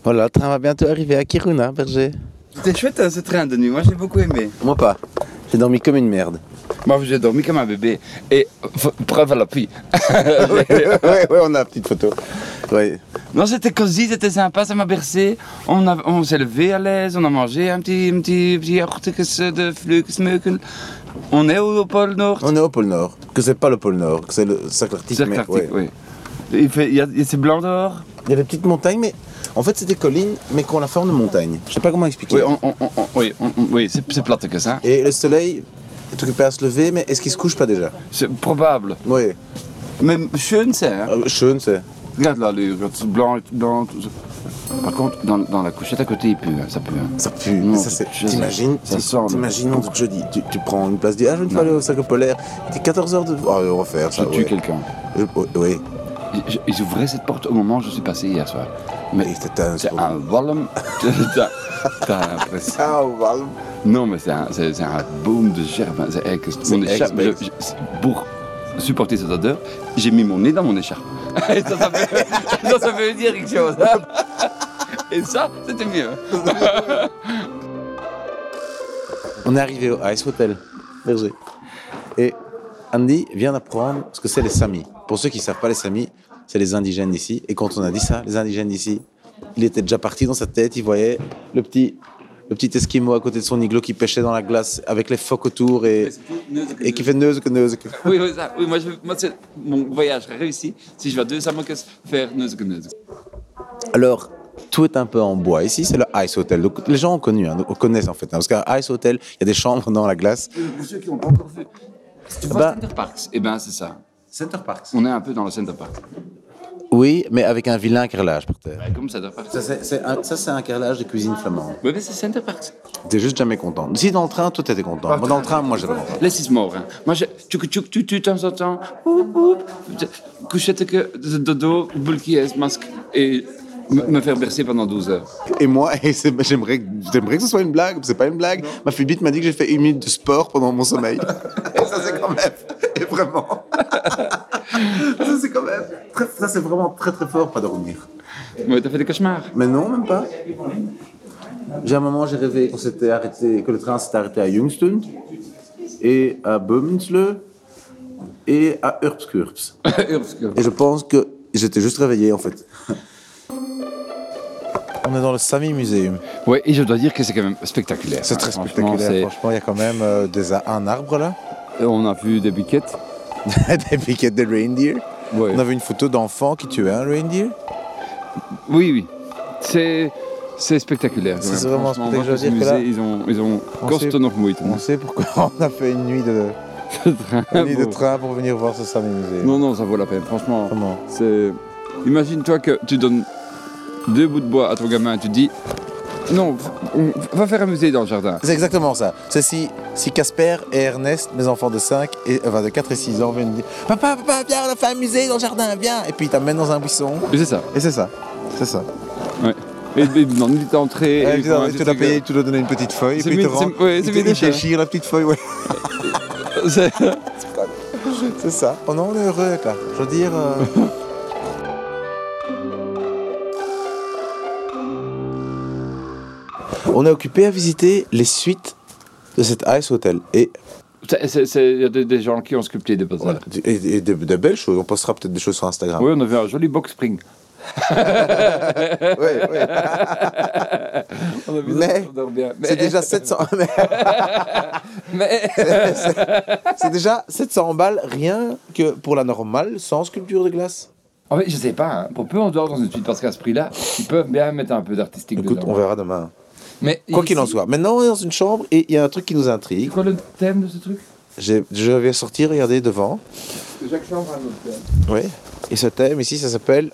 [SPEAKER 4] Voilà, le train va bientôt arriver à Kiruna, Berger.
[SPEAKER 5] C'était chouette hein, ce train de nuit, moi j'ai beaucoup aimé.
[SPEAKER 4] Moi pas. J'ai dormi comme une merde.
[SPEAKER 5] Moi j'ai dormi comme un bébé. Et f- preuve à l'appui.
[SPEAKER 4] ouais, ouais, on a la petite photo. Ouais.
[SPEAKER 5] non, c'était cosy, c'était sympa, ça m'a bercé. On, a- on s'est levé à l'aise, on a mangé un petit, un petit, petit yaourtjes de flukesmeuken. On est au, au pôle Nord.
[SPEAKER 4] On est au pôle Nord. Que c'est pas le pôle Nord, que c'est le cercle arctique.
[SPEAKER 5] Cercle
[SPEAKER 4] mais-
[SPEAKER 5] Arctique,
[SPEAKER 4] ouais.
[SPEAKER 5] oui. Il fait, il y a, il y a- c'est blanc dehors.
[SPEAKER 4] Il y a des petites montagnes, mais en fait c'est des collines, mais qui ont la forme de montagne. Je sais pas comment expliquer.
[SPEAKER 5] Oui, on- on- on- on- oui, on- on- oui, c'est, c'est plate que ça.
[SPEAKER 4] Et le soleil est occupé à se lever, mais est-ce qu'il se couche pas déjà
[SPEAKER 5] C'est probable.
[SPEAKER 4] Oui.
[SPEAKER 5] Mais schön c'est. Hein.
[SPEAKER 4] Euh, schön, c'est.
[SPEAKER 5] Regarde là, les regarde, c'est blanc, blanc, tout ça. Par contre, dans, dans la couchette à côté, il pue, hein, ça pue. hein.
[SPEAKER 4] Ça pue.
[SPEAKER 5] Non,
[SPEAKER 4] ça c'est.
[SPEAKER 5] je-
[SPEAKER 4] T'imagines
[SPEAKER 5] ça
[SPEAKER 4] tu-
[SPEAKER 5] sent, mais-
[SPEAKER 4] T'imagines on te- je dis, tu, tu prends une place, dis ah je veux une fois aller au cercle polaire. T'es 14 heures de. Oh,
[SPEAKER 10] Ah,
[SPEAKER 4] on va faire
[SPEAKER 5] Je
[SPEAKER 4] ça.
[SPEAKER 5] tue
[SPEAKER 4] ouais.
[SPEAKER 5] quelqu'un.
[SPEAKER 4] Je-
[SPEAKER 10] Euh,
[SPEAKER 4] oh, Oui.
[SPEAKER 5] Je- je- Ils ouvraient cette porte au moment où je suis passé hier soir. Mais
[SPEAKER 4] Et c'était un.
[SPEAKER 5] c'est un volume. T'as- T'as l'impression.
[SPEAKER 4] Ah, voilà.
[SPEAKER 5] Non, mais c'est un, c'est, c'est un boom de gerbe. hein, C'est, eh, que-
[SPEAKER 4] C'est
[SPEAKER 5] mon écharpe,
[SPEAKER 4] ex-bait.
[SPEAKER 5] je- je- c'est- pour supporter cette odeur, j'ai mis mon nez dans mon écharpe. Et ça, ça veut, ça, ça veut dire quelque chose. hein. Et ça, c'était mieux.
[SPEAKER 4] On est arrivé au Ice Hotel, Berger. Et Andy vient d'apprendre ce que c'est les Samis. Pour ceux qui ne savent pas les Samis, c'est les indigènes d'ici. Et quand on a dit ça, les indigènes d'ici, il était déjà parti dans sa tête. Il voyait le petit, le petit Esquimau à côté de son igloo qui pêchait dans la glace avec les phoques autour et, et qui fait neuse que neuse. que-
[SPEAKER 5] Oui, oui, ça. Oui, moi, je, moi c'est mon voyage réussi si je vais à deux Samokes faire Neuze Neuze.
[SPEAKER 4] Alors, tout est un peu en bois. Ici, c'est le Ice Hotel. Donc, les gens ont connu, hein, donc, connaissent en fait. hein, parce qu'un Ice Hotel, il y a des chambres dans la glace.
[SPEAKER 5] Pour ceux qui n'ont pas encore vu. Tu vois
[SPEAKER 4] Bah-
[SPEAKER 5] Center Parks Eh bien, c'est ça.
[SPEAKER 4] Center Parks.
[SPEAKER 5] On est un peu dans le Center Park.
[SPEAKER 4] Oui, mais avec un vilain carrelage par terre.
[SPEAKER 5] Ouais, Comme Center Parks.
[SPEAKER 4] Ça, c'est- c'est un- ça, c'est un carrelage de cuisine flamande.
[SPEAKER 5] Oui, mais c'est Center Parks.
[SPEAKER 4] T'es juste jamais content. Si dans le train, toi t'étais content. Moi dans le train, moi j'étais content.
[SPEAKER 5] Laisse-y mort. Hein. Moi, je. Tchouk, tchouk, tu, tu, de temps en temps. Oup, oup. Couchetteke, de dodo, bulkies, masque. Et me me faire bercer pendant 12 heures.
[SPEAKER 4] Et moi, et c'est- j'aimerais, j'aimerais que ce soit une blague. C'est pas une blague. Ma phibite m'a dit que j'ai fait une minute de sport pendant mon sommeil. et ça c'est quand même, et vraiment. ça c'est quand même, très- ça c'est vraiment très très fort, pas dormir.
[SPEAKER 5] Mais t'as fait des cauchemars.
[SPEAKER 4] Mais non, même pas. J'ai un moment, j'ai rêvé qu'on s'était arrêté, que le train s'était arrêté à Youngstown et euh, à Bömensle et à Urpskurps. Et je pense que j'étais juste réveillé en fait. On est dans le Sami Museum.
[SPEAKER 5] Oui, et je dois dire que c'est quand même spectaculaire.
[SPEAKER 4] C'est
[SPEAKER 5] hein.
[SPEAKER 4] très
[SPEAKER 5] Franchement,
[SPEAKER 4] spectaculaire. Franchement, il y a quand même euh, des, un arbre là,
[SPEAKER 5] c'est- On a vu des biquettes.
[SPEAKER 4] des piquets de reindeer.
[SPEAKER 5] Ouais.
[SPEAKER 4] On avait une photo d'enfant qui tuait un reindeer.
[SPEAKER 5] Oui, oui. C'est. C'est spectaculaire.
[SPEAKER 10] C'est
[SPEAKER 5] ouais.
[SPEAKER 10] vraiment
[SPEAKER 5] Franchement,
[SPEAKER 10] spectaculaire,
[SPEAKER 5] moi, je
[SPEAKER 10] je veux
[SPEAKER 5] me
[SPEAKER 10] dire que
[SPEAKER 5] disais, Ils ont, ils ont
[SPEAKER 10] On
[SPEAKER 5] Kost
[SPEAKER 10] sait-
[SPEAKER 5] noch Muit.
[SPEAKER 10] On sait pourquoi on a fait une nuit de, une nuit de train pour venir voir ce s'amuser.
[SPEAKER 5] Non, non, ça vaut la peine. Franchement,
[SPEAKER 10] Vraiment.
[SPEAKER 5] c'est. Imagine-toi que tu donnes deux bouts de bois à ton gamin et tu dis Non, f- va faire un musée dans le jardin.
[SPEAKER 10] C'est exactement ça. C'est si si Casper et Ernest, mes enfants de 5 et, enfin, de 4 et 6 ans, viennent me dire Papa, papa, viens, on a fait un musée dans le jardin, viens Et puis ils t'amènent dans un buisson.
[SPEAKER 5] Et c'est ça.
[SPEAKER 10] Et c'est ça. C'est ça.
[SPEAKER 5] Et ils demandent une entrée.
[SPEAKER 10] Et tu dois- tu dois payer, tu dois donner une petite feuille, et
[SPEAKER 5] C'est
[SPEAKER 10] puis ils te
[SPEAKER 5] mignon, c'est-
[SPEAKER 10] rendent-
[SPEAKER 5] ouais,
[SPEAKER 10] ils
[SPEAKER 5] c'est
[SPEAKER 10] te- ils
[SPEAKER 5] mignon, ça.
[SPEAKER 10] déchirent la petite feuille, ouais. C'est ça. Oh non, on est heureux avec là. Je veux dire. euh, on est occupé à visiter les suites de cet Ice Hotel. Et,
[SPEAKER 5] Il y a des, des gens qui ont sculpté des puzzles.
[SPEAKER 10] voilà, du- et- et de, de belles choses. On postera peut-être des choses sur Instagram.
[SPEAKER 5] Oui, on avait un joli box spring.
[SPEAKER 10] Ouais, ouais.
[SPEAKER 5] On a vu ça,
[SPEAKER 10] Mais-
[SPEAKER 5] on dort bien. Mais-
[SPEAKER 10] C'est déjà 700. mais
[SPEAKER 5] Mais
[SPEAKER 10] C'est déjà 700 balles rien que pour la normale sans sculpture de glace.
[SPEAKER 5] En fait, je sais pas, hein, pour peu on dort dans une suite parce qu'à ce prix-là, ils peuvent bien mettre un peu d'artistique
[SPEAKER 10] Écoute,
[SPEAKER 5] dedans.
[SPEAKER 10] on verra demain.
[SPEAKER 5] Mais
[SPEAKER 10] Quoi
[SPEAKER 5] ici-
[SPEAKER 10] qu'il en soit, maintenant on est dans une chambre et il y a un truc qui nous
[SPEAKER 5] C'est
[SPEAKER 10] intrigue.
[SPEAKER 5] quoi le thème de ce truc
[SPEAKER 10] J'ai- Je vais sortir, regarder devant.
[SPEAKER 5] Jacques Chambre hein, euh. un autre thème.
[SPEAKER 10] Oui. Et ce thème ici, ça s'appelle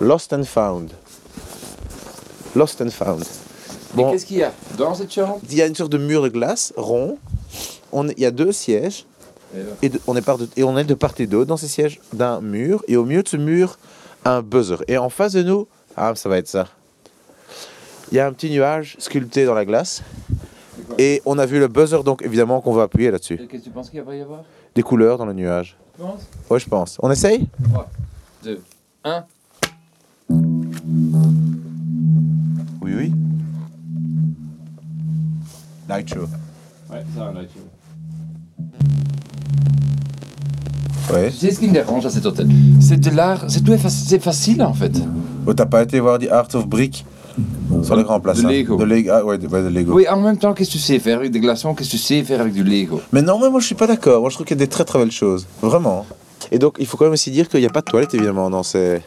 [SPEAKER 10] Lost and Found. Lost and Found. Bon.
[SPEAKER 5] Et qu'est-ce qu'il y a dans cette chambre
[SPEAKER 10] Il y a une sorte de mur de glace rond. On, il y a deux sièges
[SPEAKER 5] Et là.
[SPEAKER 10] et, de- on est par de, et on est de part et d'autre dans ces sièges d'un mur. Et au milieu de ce mur, un buzzer. Et en face de nous, ah, ça va être ça. Il y a un petit nuage sculpté dans la glace. Et on a vu le buzzer, donc évidemment qu'on va appuyer là-dessus.
[SPEAKER 5] Qu'est-ce que tu penses qu'il va y avoir
[SPEAKER 10] Des couleurs dans le nuage.
[SPEAKER 5] Tu penses
[SPEAKER 10] Ouais, je pense. On essaye
[SPEAKER 5] 2, 1.
[SPEAKER 10] Oui, oui. Light show.
[SPEAKER 5] Ouais, ça va, là, tu vois.
[SPEAKER 10] Ouais.
[SPEAKER 5] Tu sais ce qui me dérange à cet hôtel C'est de l'art, c'est tout est, fac- c'est facile en fait.
[SPEAKER 10] Oh, t'as pas été voir The Art of Brick sur les grands places.
[SPEAKER 5] De
[SPEAKER 10] hein.
[SPEAKER 5] Lego.
[SPEAKER 10] De Lego. Ah, ouais, de, ouais, de Lego.
[SPEAKER 5] Oui, en même temps, qu'est-ce que tu sais faire avec des glaçons Qu'est-ce que tu sais faire avec du Lego
[SPEAKER 10] Mais non, mais moi je suis pas d'accord. Moi je trouve qu'il y a des très très belles choses. Vraiment. Et donc il faut quand même aussi dire qu'il n'y a pas de toilette évidemment dans ces,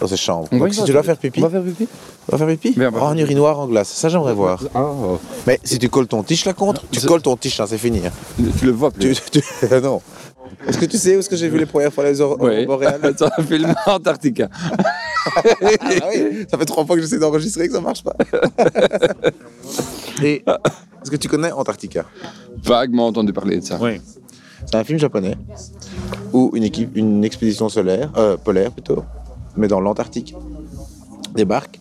[SPEAKER 10] dans ces chambres. donc si tu dois faire pipi,
[SPEAKER 5] On va faire pipi
[SPEAKER 10] on va faire pipi
[SPEAKER 5] Mais on va
[SPEAKER 10] Oh,
[SPEAKER 5] faire
[SPEAKER 10] en
[SPEAKER 5] pipi.
[SPEAKER 10] urinoir en glace. Ça j'aimerais voir.
[SPEAKER 5] Oh,
[SPEAKER 10] Mais si tu colles ton tiche là contre, tu
[SPEAKER 5] Ah, c'est-
[SPEAKER 10] colles ton tiche là, c'est fini. hein.
[SPEAKER 5] tu le vois
[SPEAKER 10] Tu,
[SPEAKER 5] plus.
[SPEAKER 10] tu- non. Est-ce que tu sais où est-ce que j'ai vu les premières fois les aurores
[SPEAKER 5] Ouais.
[SPEAKER 10] boréales
[SPEAKER 5] Attends, film Antarctica.
[SPEAKER 10] Ah oui, ça fait trois fois que j'essaie d'enregistrer et que ça marche pas. Et est-ce que tu connais Antarctica
[SPEAKER 5] Vaguement entendu parler de ça.
[SPEAKER 10] C'est un film japonais où une équipe, une expédition solaire, euh, polaire plutôt, mais dans l'Antarctique, débarque.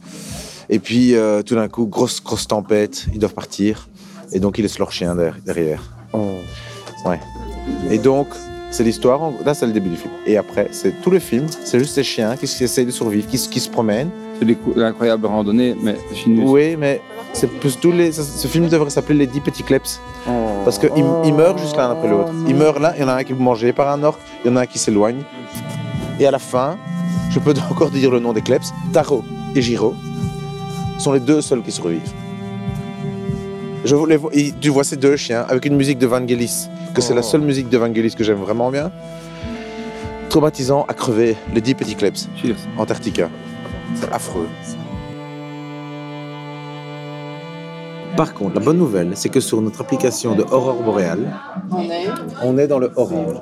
[SPEAKER 10] Et puis euh, tout d'un coup, grosse grosse tempête, ils doivent partir. Et donc ils laissent leur chien der- derrière. Ouais. Et donc c'est l'histoire. en- Là c'est le début du film. Et après c'est tout le film. C'est juste ces chiens qui, s- qui essayent de survivre, qui, s- qui se promènent.
[SPEAKER 5] C'est des cou- incroyables randonnées, mais chinois.
[SPEAKER 10] Oui, mais c'est plus tous les. ça- ce film devrait s'appeler Les 10 petits kleps. Parce qu'ils ils meurent juste l'un après l'autre. Ils meurent là, il y en a un qui est mangé par un orque, il y en a un qui s'éloigne. Et à la fin, je peux encore dire le nom des Kleps, Taro et Giro sont les deux seuls qui survivent. Je vous les vois- et tu vois ces deux chiens avec une musique de Vangelis, que c'est la seule musique de Vangelis que j'aime vraiment bien. Traumatisant à crever, les 10 petits Kleps,
[SPEAKER 5] Cheers.
[SPEAKER 10] Antarctica. C'est affreux. Par contre, la bonne nouvelle, c'est que sur notre application de Aurore Boréale, on est dans le orange.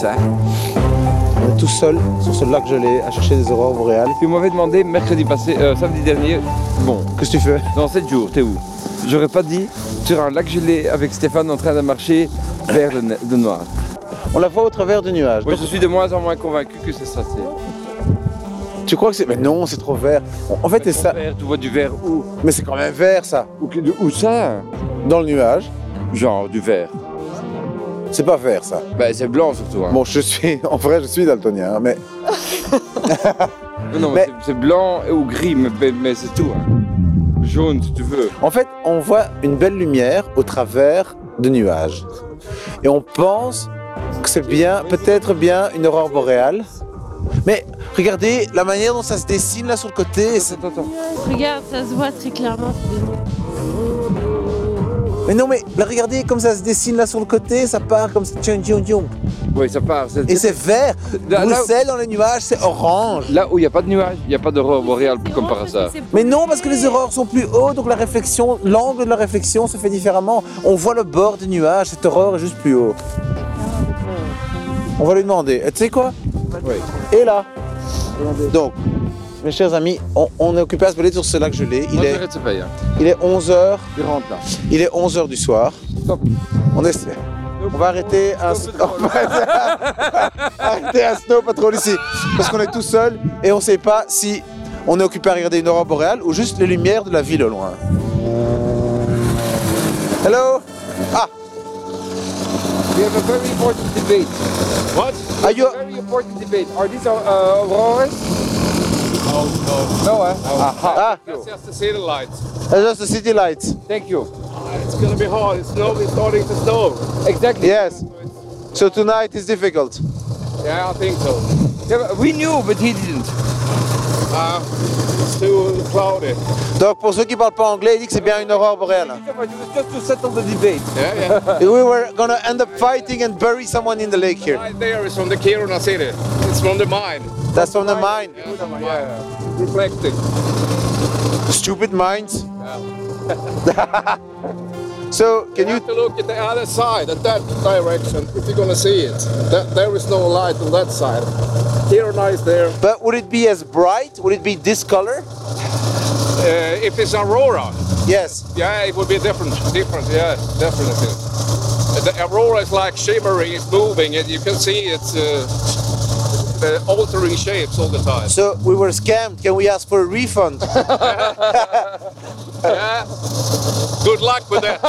[SPEAKER 5] Ça.
[SPEAKER 10] On est tout seul sur ce lac gelé à chercher des aurores boréales.
[SPEAKER 5] Tu m'avais demandé mercredi passé, euh, samedi dernier, bon,
[SPEAKER 10] Qu'est-ce que tu fais
[SPEAKER 5] dans 7 jours, t'es où J'aurais pas dit sur un lac gelé avec Stéphane en train de marcher vers le, ne- le noir.
[SPEAKER 10] On la voit au travers des nuages.
[SPEAKER 5] Oui, je suis de moins en moins convaincu que c'est ça. C'est
[SPEAKER 10] Tu crois que c'est. Mais non, c'est trop vert. En fait, c'est ça.
[SPEAKER 5] vert, tu vois du vert où
[SPEAKER 10] Mais c'est quand même vert ça.
[SPEAKER 5] Ou que- Où ça
[SPEAKER 10] Dans le nuage,
[SPEAKER 5] Genre du vert.
[SPEAKER 10] c'est pas vert ça.
[SPEAKER 5] Bah c'est blanc surtout. hein.
[SPEAKER 10] Bon, je suis. En vrai, je suis daltonien, hein, mais.
[SPEAKER 5] Non, non, mais...
[SPEAKER 10] mais-
[SPEAKER 5] c'est- c'est blanc ou gris, mais, mais- mais c'est tout. hein. Jaune si tu veux.
[SPEAKER 10] En fait, on voit une belle lumière au travers de nuages. Et on pense que c'est bien, peut-être bien, une aurore boréale. Mais regardez la manière dont ça se dessine là sur le côté. c'est-
[SPEAKER 5] Attends, attends, attends.
[SPEAKER 11] Regarde, ça se voit très clairement.
[SPEAKER 10] Mais non, mais là, regardez comme ça se dessine là sur le côté, ça part comme ça. Tchoum, tchoum, tchoum.
[SPEAKER 5] Oui, ça part. c'est-
[SPEAKER 10] Et c'est vert.
[SPEAKER 5] Là- là-
[SPEAKER 10] Bruxelles dans les nuages, c'est orange.
[SPEAKER 5] Là où il n'y a pas de nuages, il n'y a pas d'aurore boréale comme par hasard.
[SPEAKER 10] Mais non, parce que les aurores sont plus hauts, donc la réflexion, l'angle de la réflexion se fait différemment. On voit le bord des nuages, cette aurore est juste plus haut. On va lui demander. Eh, Tu sais quoi Et là Donc, mes chers amis, on, on est occupé à se balader sur ce lac gelé. Il
[SPEAKER 5] Moi,
[SPEAKER 10] est,
[SPEAKER 5] j'arrête de se payer.
[SPEAKER 10] il est 11h,
[SPEAKER 5] Tu rentres là.
[SPEAKER 10] il est 11h du soir.
[SPEAKER 5] Stop.
[SPEAKER 10] On essaie. On va arrêter un,
[SPEAKER 5] Stop.
[SPEAKER 10] on va arrêter un snow patrol ici. Parce qu'on est tout seul et on sait pas si on est occupé à regarder une aurore boréale ou juste les lumières de la ville au loin. Hello Ah,
[SPEAKER 5] We have a very important debate. What?
[SPEAKER 10] Are you-
[SPEAKER 5] Very important debate. Are these uh, auroras? No, no. No, eh? Aha.
[SPEAKER 10] ah
[SPEAKER 5] That's
[SPEAKER 9] just to see the lights.
[SPEAKER 10] that's
[SPEAKER 9] Ah,
[SPEAKER 10] just the city lights.
[SPEAKER 5] Thank you.
[SPEAKER 9] It's gonna be hard. It's snow. It's starting to snow.
[SPEAKER 5] Exactly.
[SPEAKER 10] Yes. So tonight is difficult.
[SPEAKER 9] Yeah, I think so.
[SPEAKER 5] Yeah, but we knew, but he didn't.
[SPEAKER 9] Uh, it's too cloudy.
[SPEAKER 10] Donc pour ceux qui parlent pas anglais, il dit que c'est bien une aurore boréale.
[SPEAKER 5] It was just to settle the debate.
[SPEAKER 9] Yeah, yeah.
[SPEAKER 10] We were gonna end up fighting and bury someone in the lake here.
[SPEAKER 9] right there is from the Kiruna city. It's from the mine.
[SPEAKER 10] That's from the mine.
[SPEAKER 9] Yeah, from the mine. Reflecting.
[SPEAKER 10] Stupid minds. so can you
[SPEAKER 9] You have to look at the other side, at that direction, if you're gonna see it. That, there is no light on that side. Kiruna is there.
[SPEAKER 10] But would it be as bright? Would it be this color?
[SPEAKER 9] Uh, if it's aurora,
[SPEAKER 10] Yes.
[SPEAKER 9] yeah, it would be different. Different, yeah, definitely. The aurora is like shimmering, it's moving, and you can see it's uh, the altering shapes all the time.
[SPEAKER 10] So we were scammed. Can we ask for a refund?
[SPEAKER 9] Yeah. Good luck with that.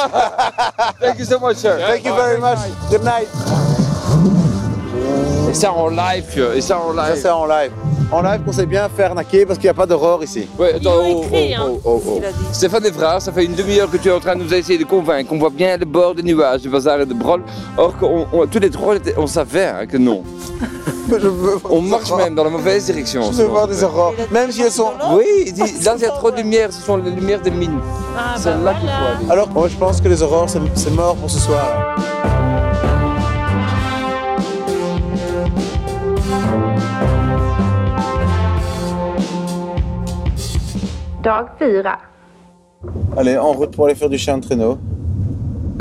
[SPEAKER 5] Thank you so much, sir.
[SPEAKER 10] Thank you very much. Good night.
[SPEAKER 5] Et ça en live, et ça en
[SPEAKER 10] Ça
[SPEAKER 5] live.
[SPEAKER 10] c'est en live. En live qu'on s'est bien fait arnaquer parce qu'il n'y a pas d'aurore ici.
[SPEAKER 5] Ouais, attends,
[SPEAKER 12] l'ont
[SPEAKER 5] oh,
[SPEAKER 12] écrit,
[SPEAKER 5] oh,
[SPEAKER 12] hein,
[SPEAKER 5] oh, oh, oh.
[SPEAKER 12] qu'il a dit.
[SPEAKER 5] Stéphane Evrard, ça fait une demi-heure que tu es en train de nous essayer de convaincre. On voit bien le bord des nuages, de bazar et de brol. Or, qu'on- on- tous les trois, on était- on savait hein, que non.
[SPEAKER 10] Je veux voir
[SPEAKER 5] On
[SPEAKER 10] des
[SPEAKER 5] marche
[SPEAKER 10] aurores.
[SPEAKER 5] même dans la mauvaise direction.
[SPEAKER 10] Ah. Je veux voir des aurores. Même si elles sont.
[SPEAKER 5] Oui, il dit, là, il y a trop de lumière, ce sont les lumières des mines.
[SPEAKER 12] Ah,
[SPEAKER 5] C'est
[SPEAKER 12] bah
[SPEAKER 5] là qu'il
[SPEAKER 12] voilà.
[SPEAKER 5] faut aller.
[SPEAKER 10] Alors, moi je pense que les aurores, c'est c'est mort pour ce soir.
[SPEAKER 8] Dag fyra.
[SPEAKER 10] Allez, en route pour aller faire du chien de traîneau.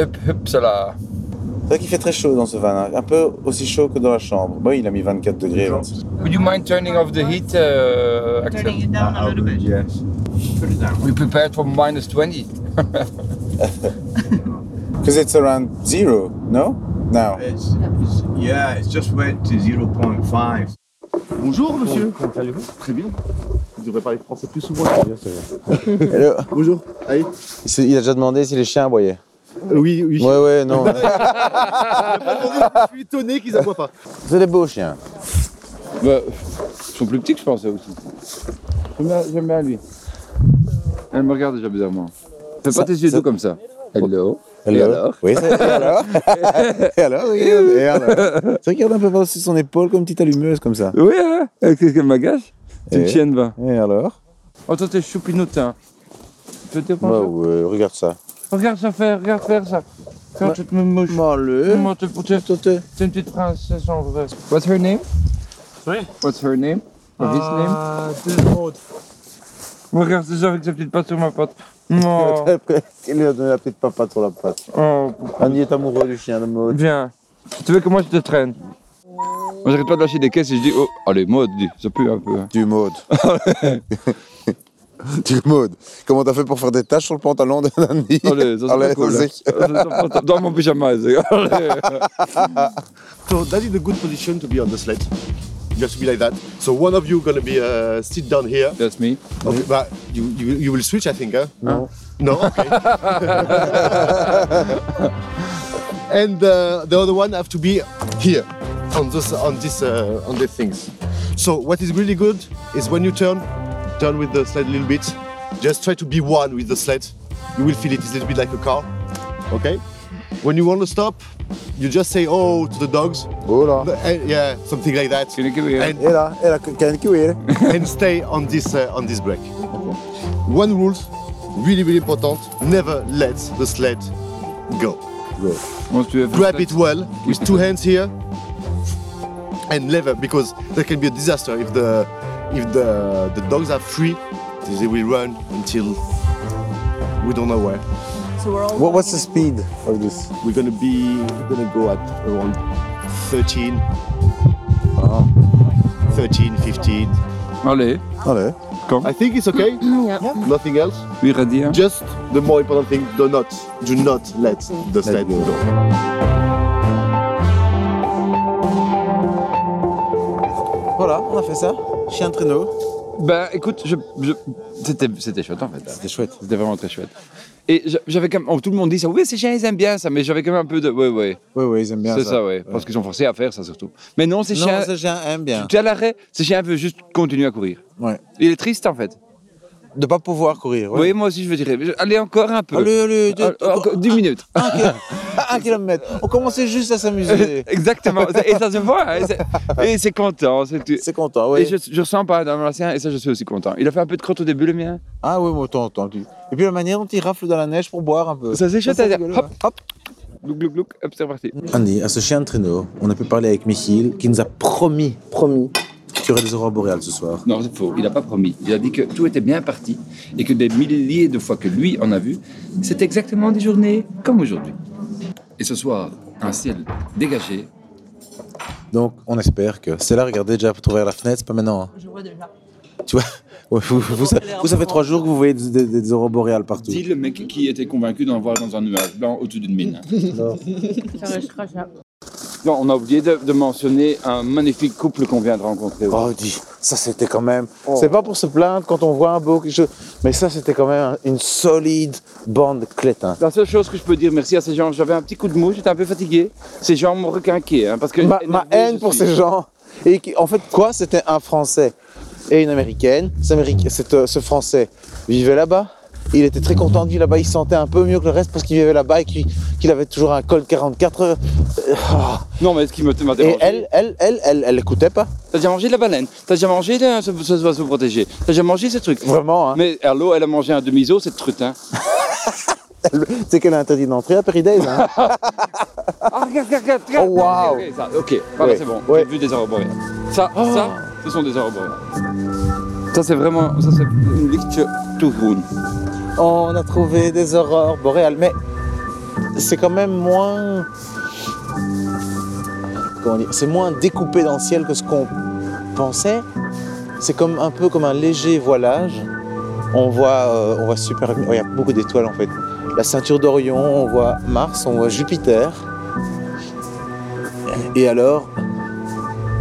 [SPEAKER 5] Hop, hop, ça là.
[SPEAKER 10] C'est vrai qu'il fait très chaud dans ce van. hein. Un peu aussi chaud que dans la chambre. Bon, il a mis 24 degrés. 26.
[SPEAKER 5] Would you mind turning off the heat, uh, Axel? Turning it down a little bit. Yes. Put it down. We prepared for minus 20.
[SPEAKER 10] Because it's around zero, no? Now.
[SPEAKER 4] Bonjour monsieur. Comment allez-vous Très bien. Vous devrez parler français plus souvent. c'est bien, c'est
[SPEAKER 10] Hello.
[SPEAKER 4] bien. Bonjour. Allez.
[SPEAKER 10] Il s'est- il a déjà demandé si les chiens aboyaient.
[SPEAKER 4] Euh, oui, oui.
[SPEAKER 10] Ouais, ouais, non.
[SPEAKER 4] Je suis étonné qu'ils aboient pas.
[SPEAKER 10] C'est des beaux chiens.
[SPEAKER 5] Bah, ils sont plus petits que je pensais aussi. J'aime bien- J'aime bien lui. Elle me regarde déjà bizarrement. Fais pas
[SPEAKER 10] Ça-
[SPEAKER 5] tes yeux
[SPEAKER 10] ça-
[SPEAKER 5] doux comme ça. Hello.
[SPEAKER 10] Hello.
[SPEAKER 5] Et alors
[SPEAKER 10] Oui, c'est- et alors Et alors, regarde, et alors Tu regardes un peu par-dessus son épaule comme une petite allumeuse comme ça.
[SPEAKER 5] Oui, hein Euh, Qu'est-ce qu'elle m'agace C'est une
[SPEAKER 10] Eh.
[SPEAKER 5] chienne, va.
[SPEAKER 10] Et alors
[SPEAKER 5] Oh, toi, t'es choupinotin. Tu te
[SPEAKER 10] Bah ouais, regarde ça.
[SPEAKER 5] Regarde ça faire, regarde faire ça. Regarde cette me mouche.
[SPEAKER 10] Mets-le.
[SPEAKER 5] Comment te- te- C'est une petite princesse en vrai. What's her name?
[SPEAKER 9] Sorry?
[SPEAKER 5] What's her name? Or his name? Regarde, c'est ça avec sa petite patte sur ma patte. Oh,
[SPEAKER 10] Il lui a donné la petite papa sur la patte.
[SPEAKER 5] oh,
[SPEAKER 10] Andy est amoureux du chien de Maud.
[SPEAKER 5] viens. Tu veux que moi je te traîne? Moi j'arrête pas de lâcher des caisses et je dis, oh, allez, mode, dis, ça pue un peu. hein.
[SPEAKER 10] Du Maud. du Maud. Comment t'as fait pour faire des taches sur le pantalon de Andy
[SPEAKER 5] Allez, ça c'est
[SPEAKER 10] Allez,
[SPEAKER 5] pas cool.
[SPEAKER 10] ça,
[SPEAKER 5] hein. Ça, c'est- Dans mon pyjama, c'est- allez.
[SPEAKER 4] So that is a good position to be on the sled. You have to be like that. So one of you gonna be uh, sit down here.
[SPEAKER 5] That's me.
[SPEAKER 4] Okay, but you, you you will switch, I think, huh?
[SPEAKER 10] No.
[SPEAKER 4] No. Okay. and uh, the other one have to be here on this on this uh, on the things. So what is really good is when you turn, turn with the sled a little bit. Just try to be one with the sled. You will feel it is a little bit like a car. Okay. When you want to stop, you just say oh to the dogs.
[SPEAKER 10] Oh là.
[SPEAKER 4] And- yeah, something like that.
[SPEAKER 5] Can you give me a-
[SPEAKER 4] And
[SPEAKER 10] Et là, et là, can you hear
[SPEAKER 4] and stay on this uh, on this break. One rule, really really important: never let the sled Go. Go.
[SPEAKER 5] Once you have
[SPEAKER 4] Grab it well with two hands here and lever because there can be a disaster if the if the the dogs are free, they will run until we don't know where.
[SPEAKER 1] So we're all.
[SPEAKER 10] What, what's the speed of this?
[SPEAKER 4] We're gonna be we're gonna go at around 13, 13, 15.
[SPEAKER 5] Allez.
[SPEAKER 4] Allez. I think it's okay. Nothing else.
[SPEAKER 5] Oui, hein. Radia.
[SPEAKER 4] Just the more important thing: do not, do not let the sled go.
[SPEAKER 10] Voilà, on a fait ça. Chien traîneau.
[SPEAKER 5] Ben écoute, je, je- c'était, c'était chouette en fait. C'était chouette. C'était vraiment très chouette. Et je- j'avais quand même, oh, tout le monde dit ça, oui ces chiens ils aiment bien ça, mais j'avais quand même un peu de, ouais ouais.
[SPEAKER 10] Oui, oui, ils aiment bien
[SPEAKER 5] C'est
[SPEAKER 10] ça.
[SPEAKER 5] ça, ouais, parce qu'ils sont forcés à faire ça surtout. Mais non, ces
[SPEAKER 10] Non,
[SPEAKER 5] chiens,
[SPEAKER 10] ces chiens aiment bien.
[SPEAKER 5] Tu es à l'arrêt, ces chiens veulent juste continuer à courir.
[SPEAKER 10] Ouais.
[SPEAKER 5] Il est triste en fait.
[SPEAKER 10] De pas pouvoir courir. ouais.
[SPEAKER 5] Oui, moi aussi je veux dire, je- allez encore un peu.
[SPEAKER 10] Allez, allez, deux-
[SPEAKER 5] Ah, encore 10 minutes.
[SPEAKER 10] À un kilomètre. On commençait juste à
[SPEAKER 5] Ah,
[SPEAKER 10] s'amuser.
[SPEAKER 5] Exactement, et ça se voit, hein, et c'est- et c'est content. C'est tout.
[SPEAKER 10] C'est content, oui.
[SPEAKER 5] Et je, je ressens pas dans l'ancien, et ça je suis aussi content. Il a fait un peu de crotte au début le mien.
[SPEAKER 10] Ah oui, moi, t'as entendu. Et puis la manière dont ils raflent dans la neige pour boire un peu.
[SPEAKER 5] Ça c'est hein. chouette, c'est-à-dire,
[SPEAKER 10] rigolo,
[SPEAKER 5] hop,
[SPEAKER 10] ouais.
[SPEAKER 5] hop, glouc, glouc, glouc, hop, c'est parti.
[SPEAKER 10] Andy, à ce chien de traîneau, on a pu parler avec Michiel qui nous a promis, promis qu'il y aurait des aurores boréales ce soir.
[SPEAKER 5] Non, c'est faux. Il n'a pas promis. Il a dit que tout était bien parti et que des milliers de fois que lui en a vu, c'est exactement des journées comme aujourd'hui. Et ce soir, un ciel dégagé.
[SPEAKER 10] Donc, on espère que. C'est là, regardez, déjà, pour trouver la fenêtre, c'est pas maintenant. hein.
[SPEAKER 1] Je vois déjà.
[SPEAKER 10] Tu vois Ouais, vous, vous, vous- vous, ça fait trois jours que vous voyez des, des, des aurores boréales partout.
[SPEAKER 5] Dit le mec qui était convaincu d'en voir dans un nuage blanc au-dessus d'une mine.
[SPEAKER 1] Ça restera ça.
[SPEAKER 5] Non, on a oublié de, de mentionner un magnifique couple qu'on vient de rencontrer.
[SPEAKER 10] Oh, dis, ça c'était quand même.
[SPEAKER 5] Oh.
[SPEAKER 10] C'est pas pour se plaindre quand on voit un beau quelque chose, mais ça c'était quand même une solide bande de clétins.
[SPEAKER 5] La seule chose que je peux dire merci à ces gens, j'avais un petit coup de mou, j'étais un peu fatigué. Ces gens m'ont requinqué. hein, parce que
[SPEAKER 10] Ma, ma
[SPEAKER 5] énervé,
[SPEAKER 10] haine
[SPEAKER 5] je
[SPEAKER 10] pour
[SPEAKER 5] suis.
[SPEAKER 10] ces gens. Et qui- en fait, quoi C'était un Français et une Américaine. Cet Améric- cet, euh, ce Français vivait là-bas. Il était très content de vivre là-bas. Il se sentait un peu mieux que le reste parce qu'il vivait là-bas et qu'il qu'il avait toujours un col 44 heures. Euh, ah.
[SPEAKER 5] Non, mais ce qui me m'a
[SPEAKER 10] Et
[SPEAKER 5] dérangé-
[SPEAKER 10] elle, elle, elle, elle, elle écoutait pas.
[SPEAKER 5] T'as déjà mangé de la baleine T'as déjà mangé de ce, ce, ce oiseau protégé T'as déjà mangé ces trucs
[SPEAKER 10] Vraiment, hein.
[SPEAKER 5] Mais allô, elle a mangé un demi-zo, cette truite, hein.
[SPEAKER 10] Elle- C'est qu'elle a interdit d'entrer à Paradise. hein.
[SPEAKER 5] Ah, regarde, regarde, regarde, regarde,
[SPEAKER 10] Oh, waouh.
[SPEAKER 5] regarde, regarde, ça. Ok, voilà,
[SPEAKER 10] Ouais,
[SPEAKER 5] c'est bon,
[SPEAKER 10] ouais. Oh.
[SPEAKER 5] j'ai vu des aurores boréales. Ça, ça, ce sont des aurores boréales. Ça, c'est vraiment, ça, c'est une lecture tout brune.
[SPEAKER 10] Oh, On a trouvé des aurores boréales, mais c'est quand même moins. Comment dire C'est moins découpé dans le ciel que ce qu'on pensait. C'est comme un peu comme un léger voilage. On voit, euh, on voit super. oh, Il y a beaucoup d'étoiles en fait. La ceinture d'Orion, on voit Mars, on voit Jupiter. Et alors,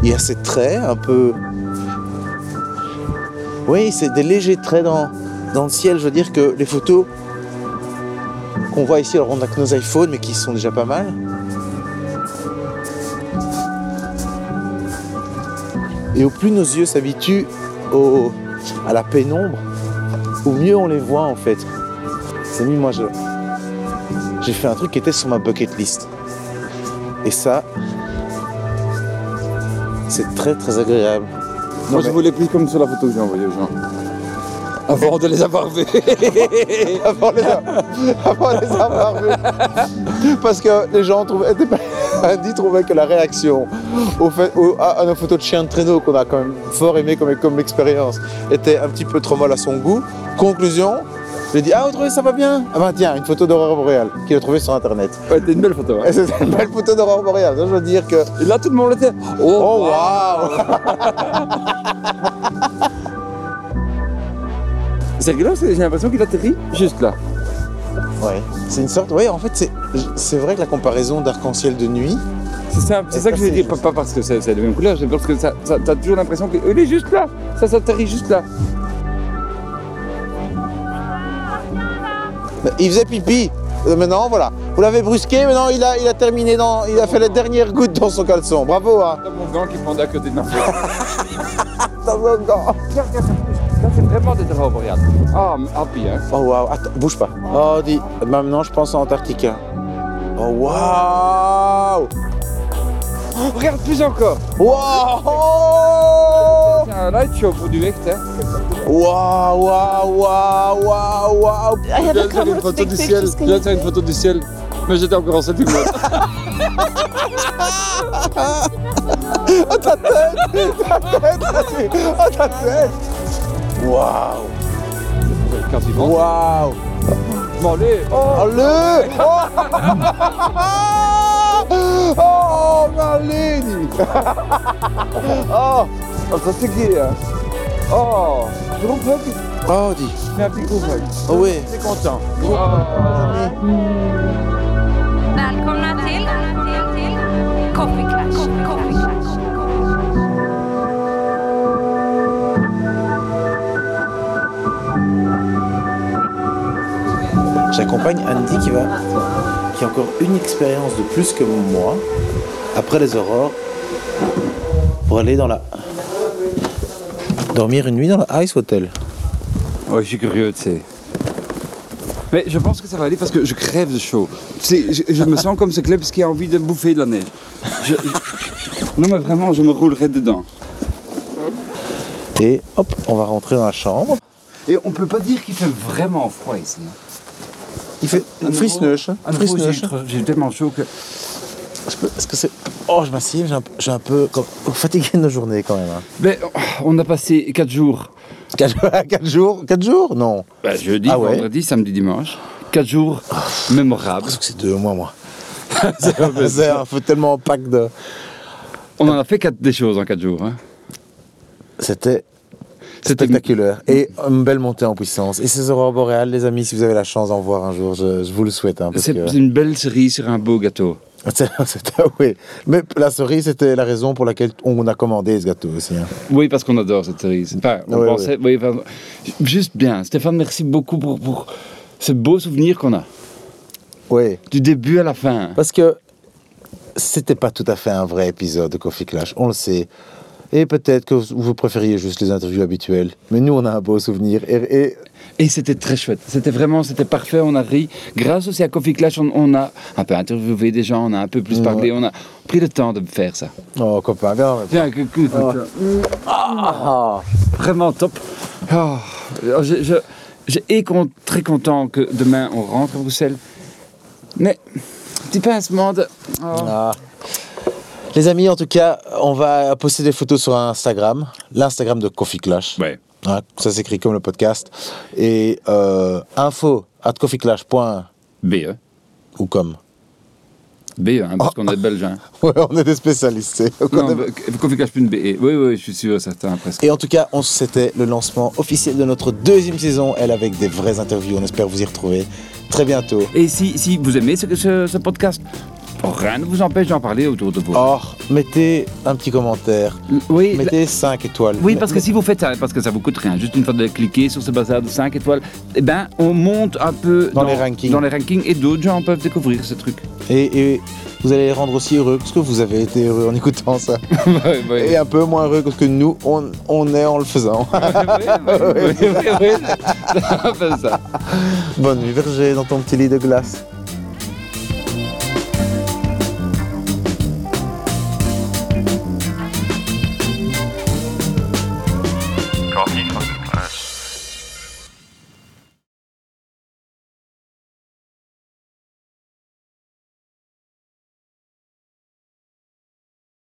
[SPEAKER 10] il y a ces traits un peu. Oui, c'est des légers traits dans, dans le ciel. Je veux dire que les photos qu'on voit ici, alors on n'a que nos iPhones, mais qui sont déjà pas mal. Et au plus nos yeux s'habituent au- à la pénombre, au mieux on les voit en fait. C'est mis, moi je. J'ai fait un truc qui était sur ma bucket list. Et ça, c'est très très agréable. Non,
[SPEAKER 5] Moi, je
[SPEAKER 10] mais-
[SPEAKER 5] voulais plus comme sur la photo que j'ai envoyée aux gens. Avant de les avoir vus.
[SPEAKER 10] avant les, avant les avoir vus. Parce que les gens trouvaient, étaient pas- Andy trouvait que la réaction au fait, au- à, à nos photos de chiens de traîneau qu'on a quand même fort aimé comme, comme expérience était un petit peu trop molle à son goût. Conclusion, j'ai dit Ah, vous trouvez ça pas bien Ah, ben tiens, une photo d'aurore boréale qu'il a trouvée sur internet.
[SPEAKER 5] Ouais, c'était une belle photo. hein.
[SPEAKER 10] Et c'était une belle photo d'aurore boréale. Ça, je veux dire que.
[SPEAKER 5] Et là, tout le monde était. Oh,
[SPEAKER 10] Oh,
[SPEAKER 5] waouh.
[SPEAKER 10] waouh
[SPEAKER 5] C'est rigolo, c'est- j'ai l'impression qu'il atterrit juste là.
[SPEAKER 10] Ouais, c'est une sorte. Ouais, en fait, c'est- c'est vrai que la comparaison d'arc-en-ciel de nuit.
[SPEAKER 5] C'est ça, c'est ça que je veux dire, pas, pas parce que c'est c'est la même couleur, c'est parce que ça, ça- t'as toujours l'impression qu'il est juste là, ça s'atterrit juste là.
[SPEAKER 10] Il faisait pipi. Euh, Maintenant, voilà. Vous l'avez brusqué, maintenant il a, il a terminé dans. Il a fait la dernière goutte dans son caleçon. Bravo, hein.
[SPEAKER 5] T'as mon gant qui pendait à côté de ma feuille.
[SPEAKER 10] Dans son gant.
[SPEAKER 5] Regarde, regarde, ça bouge. Là, c'est vraiment des draps, regarde. Ah, mais happy, hein.
[SPEAKER 10] Oh, waouh. Attends, bouge pas. Oh, dis. Maintenant, je pense à Antarctique. hein. Oh, waouh.
[SPEAKER 5] Oh, regarde plus encore.
[SPEAKER 10] Waouh.
[SPEAKER 5] Tiens, là, tu es au bout du mec, hein.
[SPEAKER 10] Waouh, waouh, waouh, waouh, waouh.
[SPEAKER 1] I have a
[SPEAKER 4] Viens faire
[SPEAKER 1] cover
[SPEAKER 4] une
[SPEAKER 1] of
[SPEAKER 4] photo
[SPEAKER 1] big
[SPEAKER 4] du ciel.
[SPEAKER 1] pictures. Can
[SPEAKER 5] Viens
[SPEAKER 1] you
[SPEAKER 5] faire une photo du ciel.
[SPEAKER 2] mais j'étais encore en 7 ou 8.
[SPEAKER 5] Oh, ta tête Ta tête vas-y. Oh, ta tête Waouh Waouh
[SPEAKER 2] Bon, allez
[SPEAKER 5] Oh, allez Oh, oh Marlene Oh, oh, ça c'est qui hein Oh, gros fuck Oh, dis Fais un petit gros fuck Oh oui C'est content Gros fuck, mes amis.
[SPEAKER 3] Välkomna till Coffee Clash. Coffee Clash.
[SPEAKER 4] J'accompagne Andy qui va, qui a encore une expérience de plus que moi, après les aurores, pour aller dans la. dormir une nuit dans le Ice Hotel.
[SPEAKER 2] Ouais, je suis curieux, tu sais. Mais je pense que ça va aller parce que je crève de chaud. Tu sais, je, je me sens comme ce club qui a envie de bouffer de la neige. Je- je- Non, mais vraiment, je me roulerai dedans.
[SPEAKER 4] Et hop, on va rentrer dans la chambre.
[SPEAKER 2] Et on peut pas dire qu'il fait vraiment froid ici.
[SPEAKER 5] Il fait
[SPEAKER 2] Un
[SPEAKER 5] frisneuche, hein.
[SPEAKER 2] Un
[SPEAKER 5] Frisneuche.
[SPEAKER 2] J'ai tellement chaud que.
[SPEAKER 4] Je peux- Est-ce que c'est. Oh, je m'assieds, j'ai un, peu- j'ai un peu comme- fatigué de nos journées quand même. hein.
[SPEAKER 2] Mais oh, on a passé 4 jours.
[SPEAKER 4] Quatre, quatre jours Quatre jours Non.
[SPEAKER 2] Bah, jeudi,
[SPEAKER 4] Ah ouais
[SPEAKER 2] vendredi, samedi, dimanche. 4 jours mémorables.
[SPEAKER 4] Parce que c'est deux mois, moi. c'est un faut tellement pack de.
[SPEAKER 2] On en a fait quatre des choses en 4 jours. hein.
[SPEAKER 4] C'était
[SPEAKER 2] C'était-
[SPEAKER 4] spectaculaire et une belle montée en puissance. Et ces aurores boréales, les amis, si vous avez la chance d'en voir un jour, je, je vous le souhaite. hein, parce
[SPEAKER 2] C'est
[SPEAKER 4] que-
[SPEAKER 2] c'est une belle cerise sur un beau gâteau.
[SPEAKER 4] C'est- c'était- oui. Mais la cerise, c'était la raison pour laquelle on a commandé ce gâteau aussi. hein.
[SPEAKER 2] Oui, parce qu'on adore cette cerise. Enfin, on
[SPEAKER 4] Ouais,
[SPEAKER 2] pensait- oui, enfin, juste bien. Stéphane, merci beaucoup pour, pour ce beau souvenir qu'on a.
[SPEAKER 4] Oui.
[SPEAKER 2] Du début à la fin.
[SPEAKER 4] Parce que c'était pas tout à fait un vrai épisode de Coffee Clash, on le sait. Et peut-être que vous vous préfériez juste les interviews habituelles. Mais nous, on a un beau souvenir. Et, et-
[SPEAKER 2] Et c'était très chouette. C'était vraiment, c'était parfait. On a ri. Grâce aussi à Coffee Clash, on, on a un peu interviewé des gens, on a un peu plus parlé, on a pris le temps de faire ça.
[SPEAKER 4] Oh, copain, non, mais-
[SPEAKER 2] Tiens, que- que- Ah, vraiment top. Ah, je, je- je- et con- très content que demain on rentre à Bruxelles. Mais petit pincement de. Oh.
[SPEAKER 4] Ah. Les amis, en tout cas, Euh, on va poster des photos sur Instagram, l'Instagram de Coffee Clash.
[SPEAKER 2] Ouais.
[SPEAKER 4] Hein, ça s'écrit comme le podcast. Et euh, info at coffeeclash. point-
[SPEAKER 2] BE.
[SPEAKER 4] ou comme.
[SPEAKER 2] BE, hein, parce qu'on est belge. Hein.
[SPEAKER 4] Ouais, on est des spécialistes. c'est-
[SPEAKER 2] Non, mais Coffee Clash plus une BE. Oui, oui, je suis sûr, certain, presque.
[SPEAKER 4] Et en tout cas, on- c'était le lancement officiel de notre deuxième saison, elle avec des vraies interviews. On espère vous y retrouver très bientôt.
[SPEAKER 2] Et si, si vous aimez ce, ce- ce podcast, rien ne vous empêche d'en parler autour de vous.
[SPEAKER 4] Or, oh, mettez un petit commentaire,
[SPEAKER 2] Oui, la-
[SPEAKER 4] mettez 5 étoiles.
[SPEAKER 2] oui, parce que si vous faites ça, parce que ça vous coûte rien, juste une fois de cliquer sur ce bazar de 5 étoiles, eh ben, on monte un peu
[SPEAKER 4] Dans les rankings.
[SPEAKER 2] dans les rankings et d'autres gens peuvent découvrir ce truc.
[SPEAKER 4] Et, et vous allez les rendre aussi heureux parce que vous avez été heureux en écoutant ça.
[SPEAKER 2] Oui, oui.
[SPEAKER 4] Et un peu moins heureux que ce que nous, on, on est en le faisant.
[SPEAKER 2] oui, oui, oui. Ça fait ça.
[SPEAKER 4] Bonne nuit, Verger, dans ton petit lit de glace.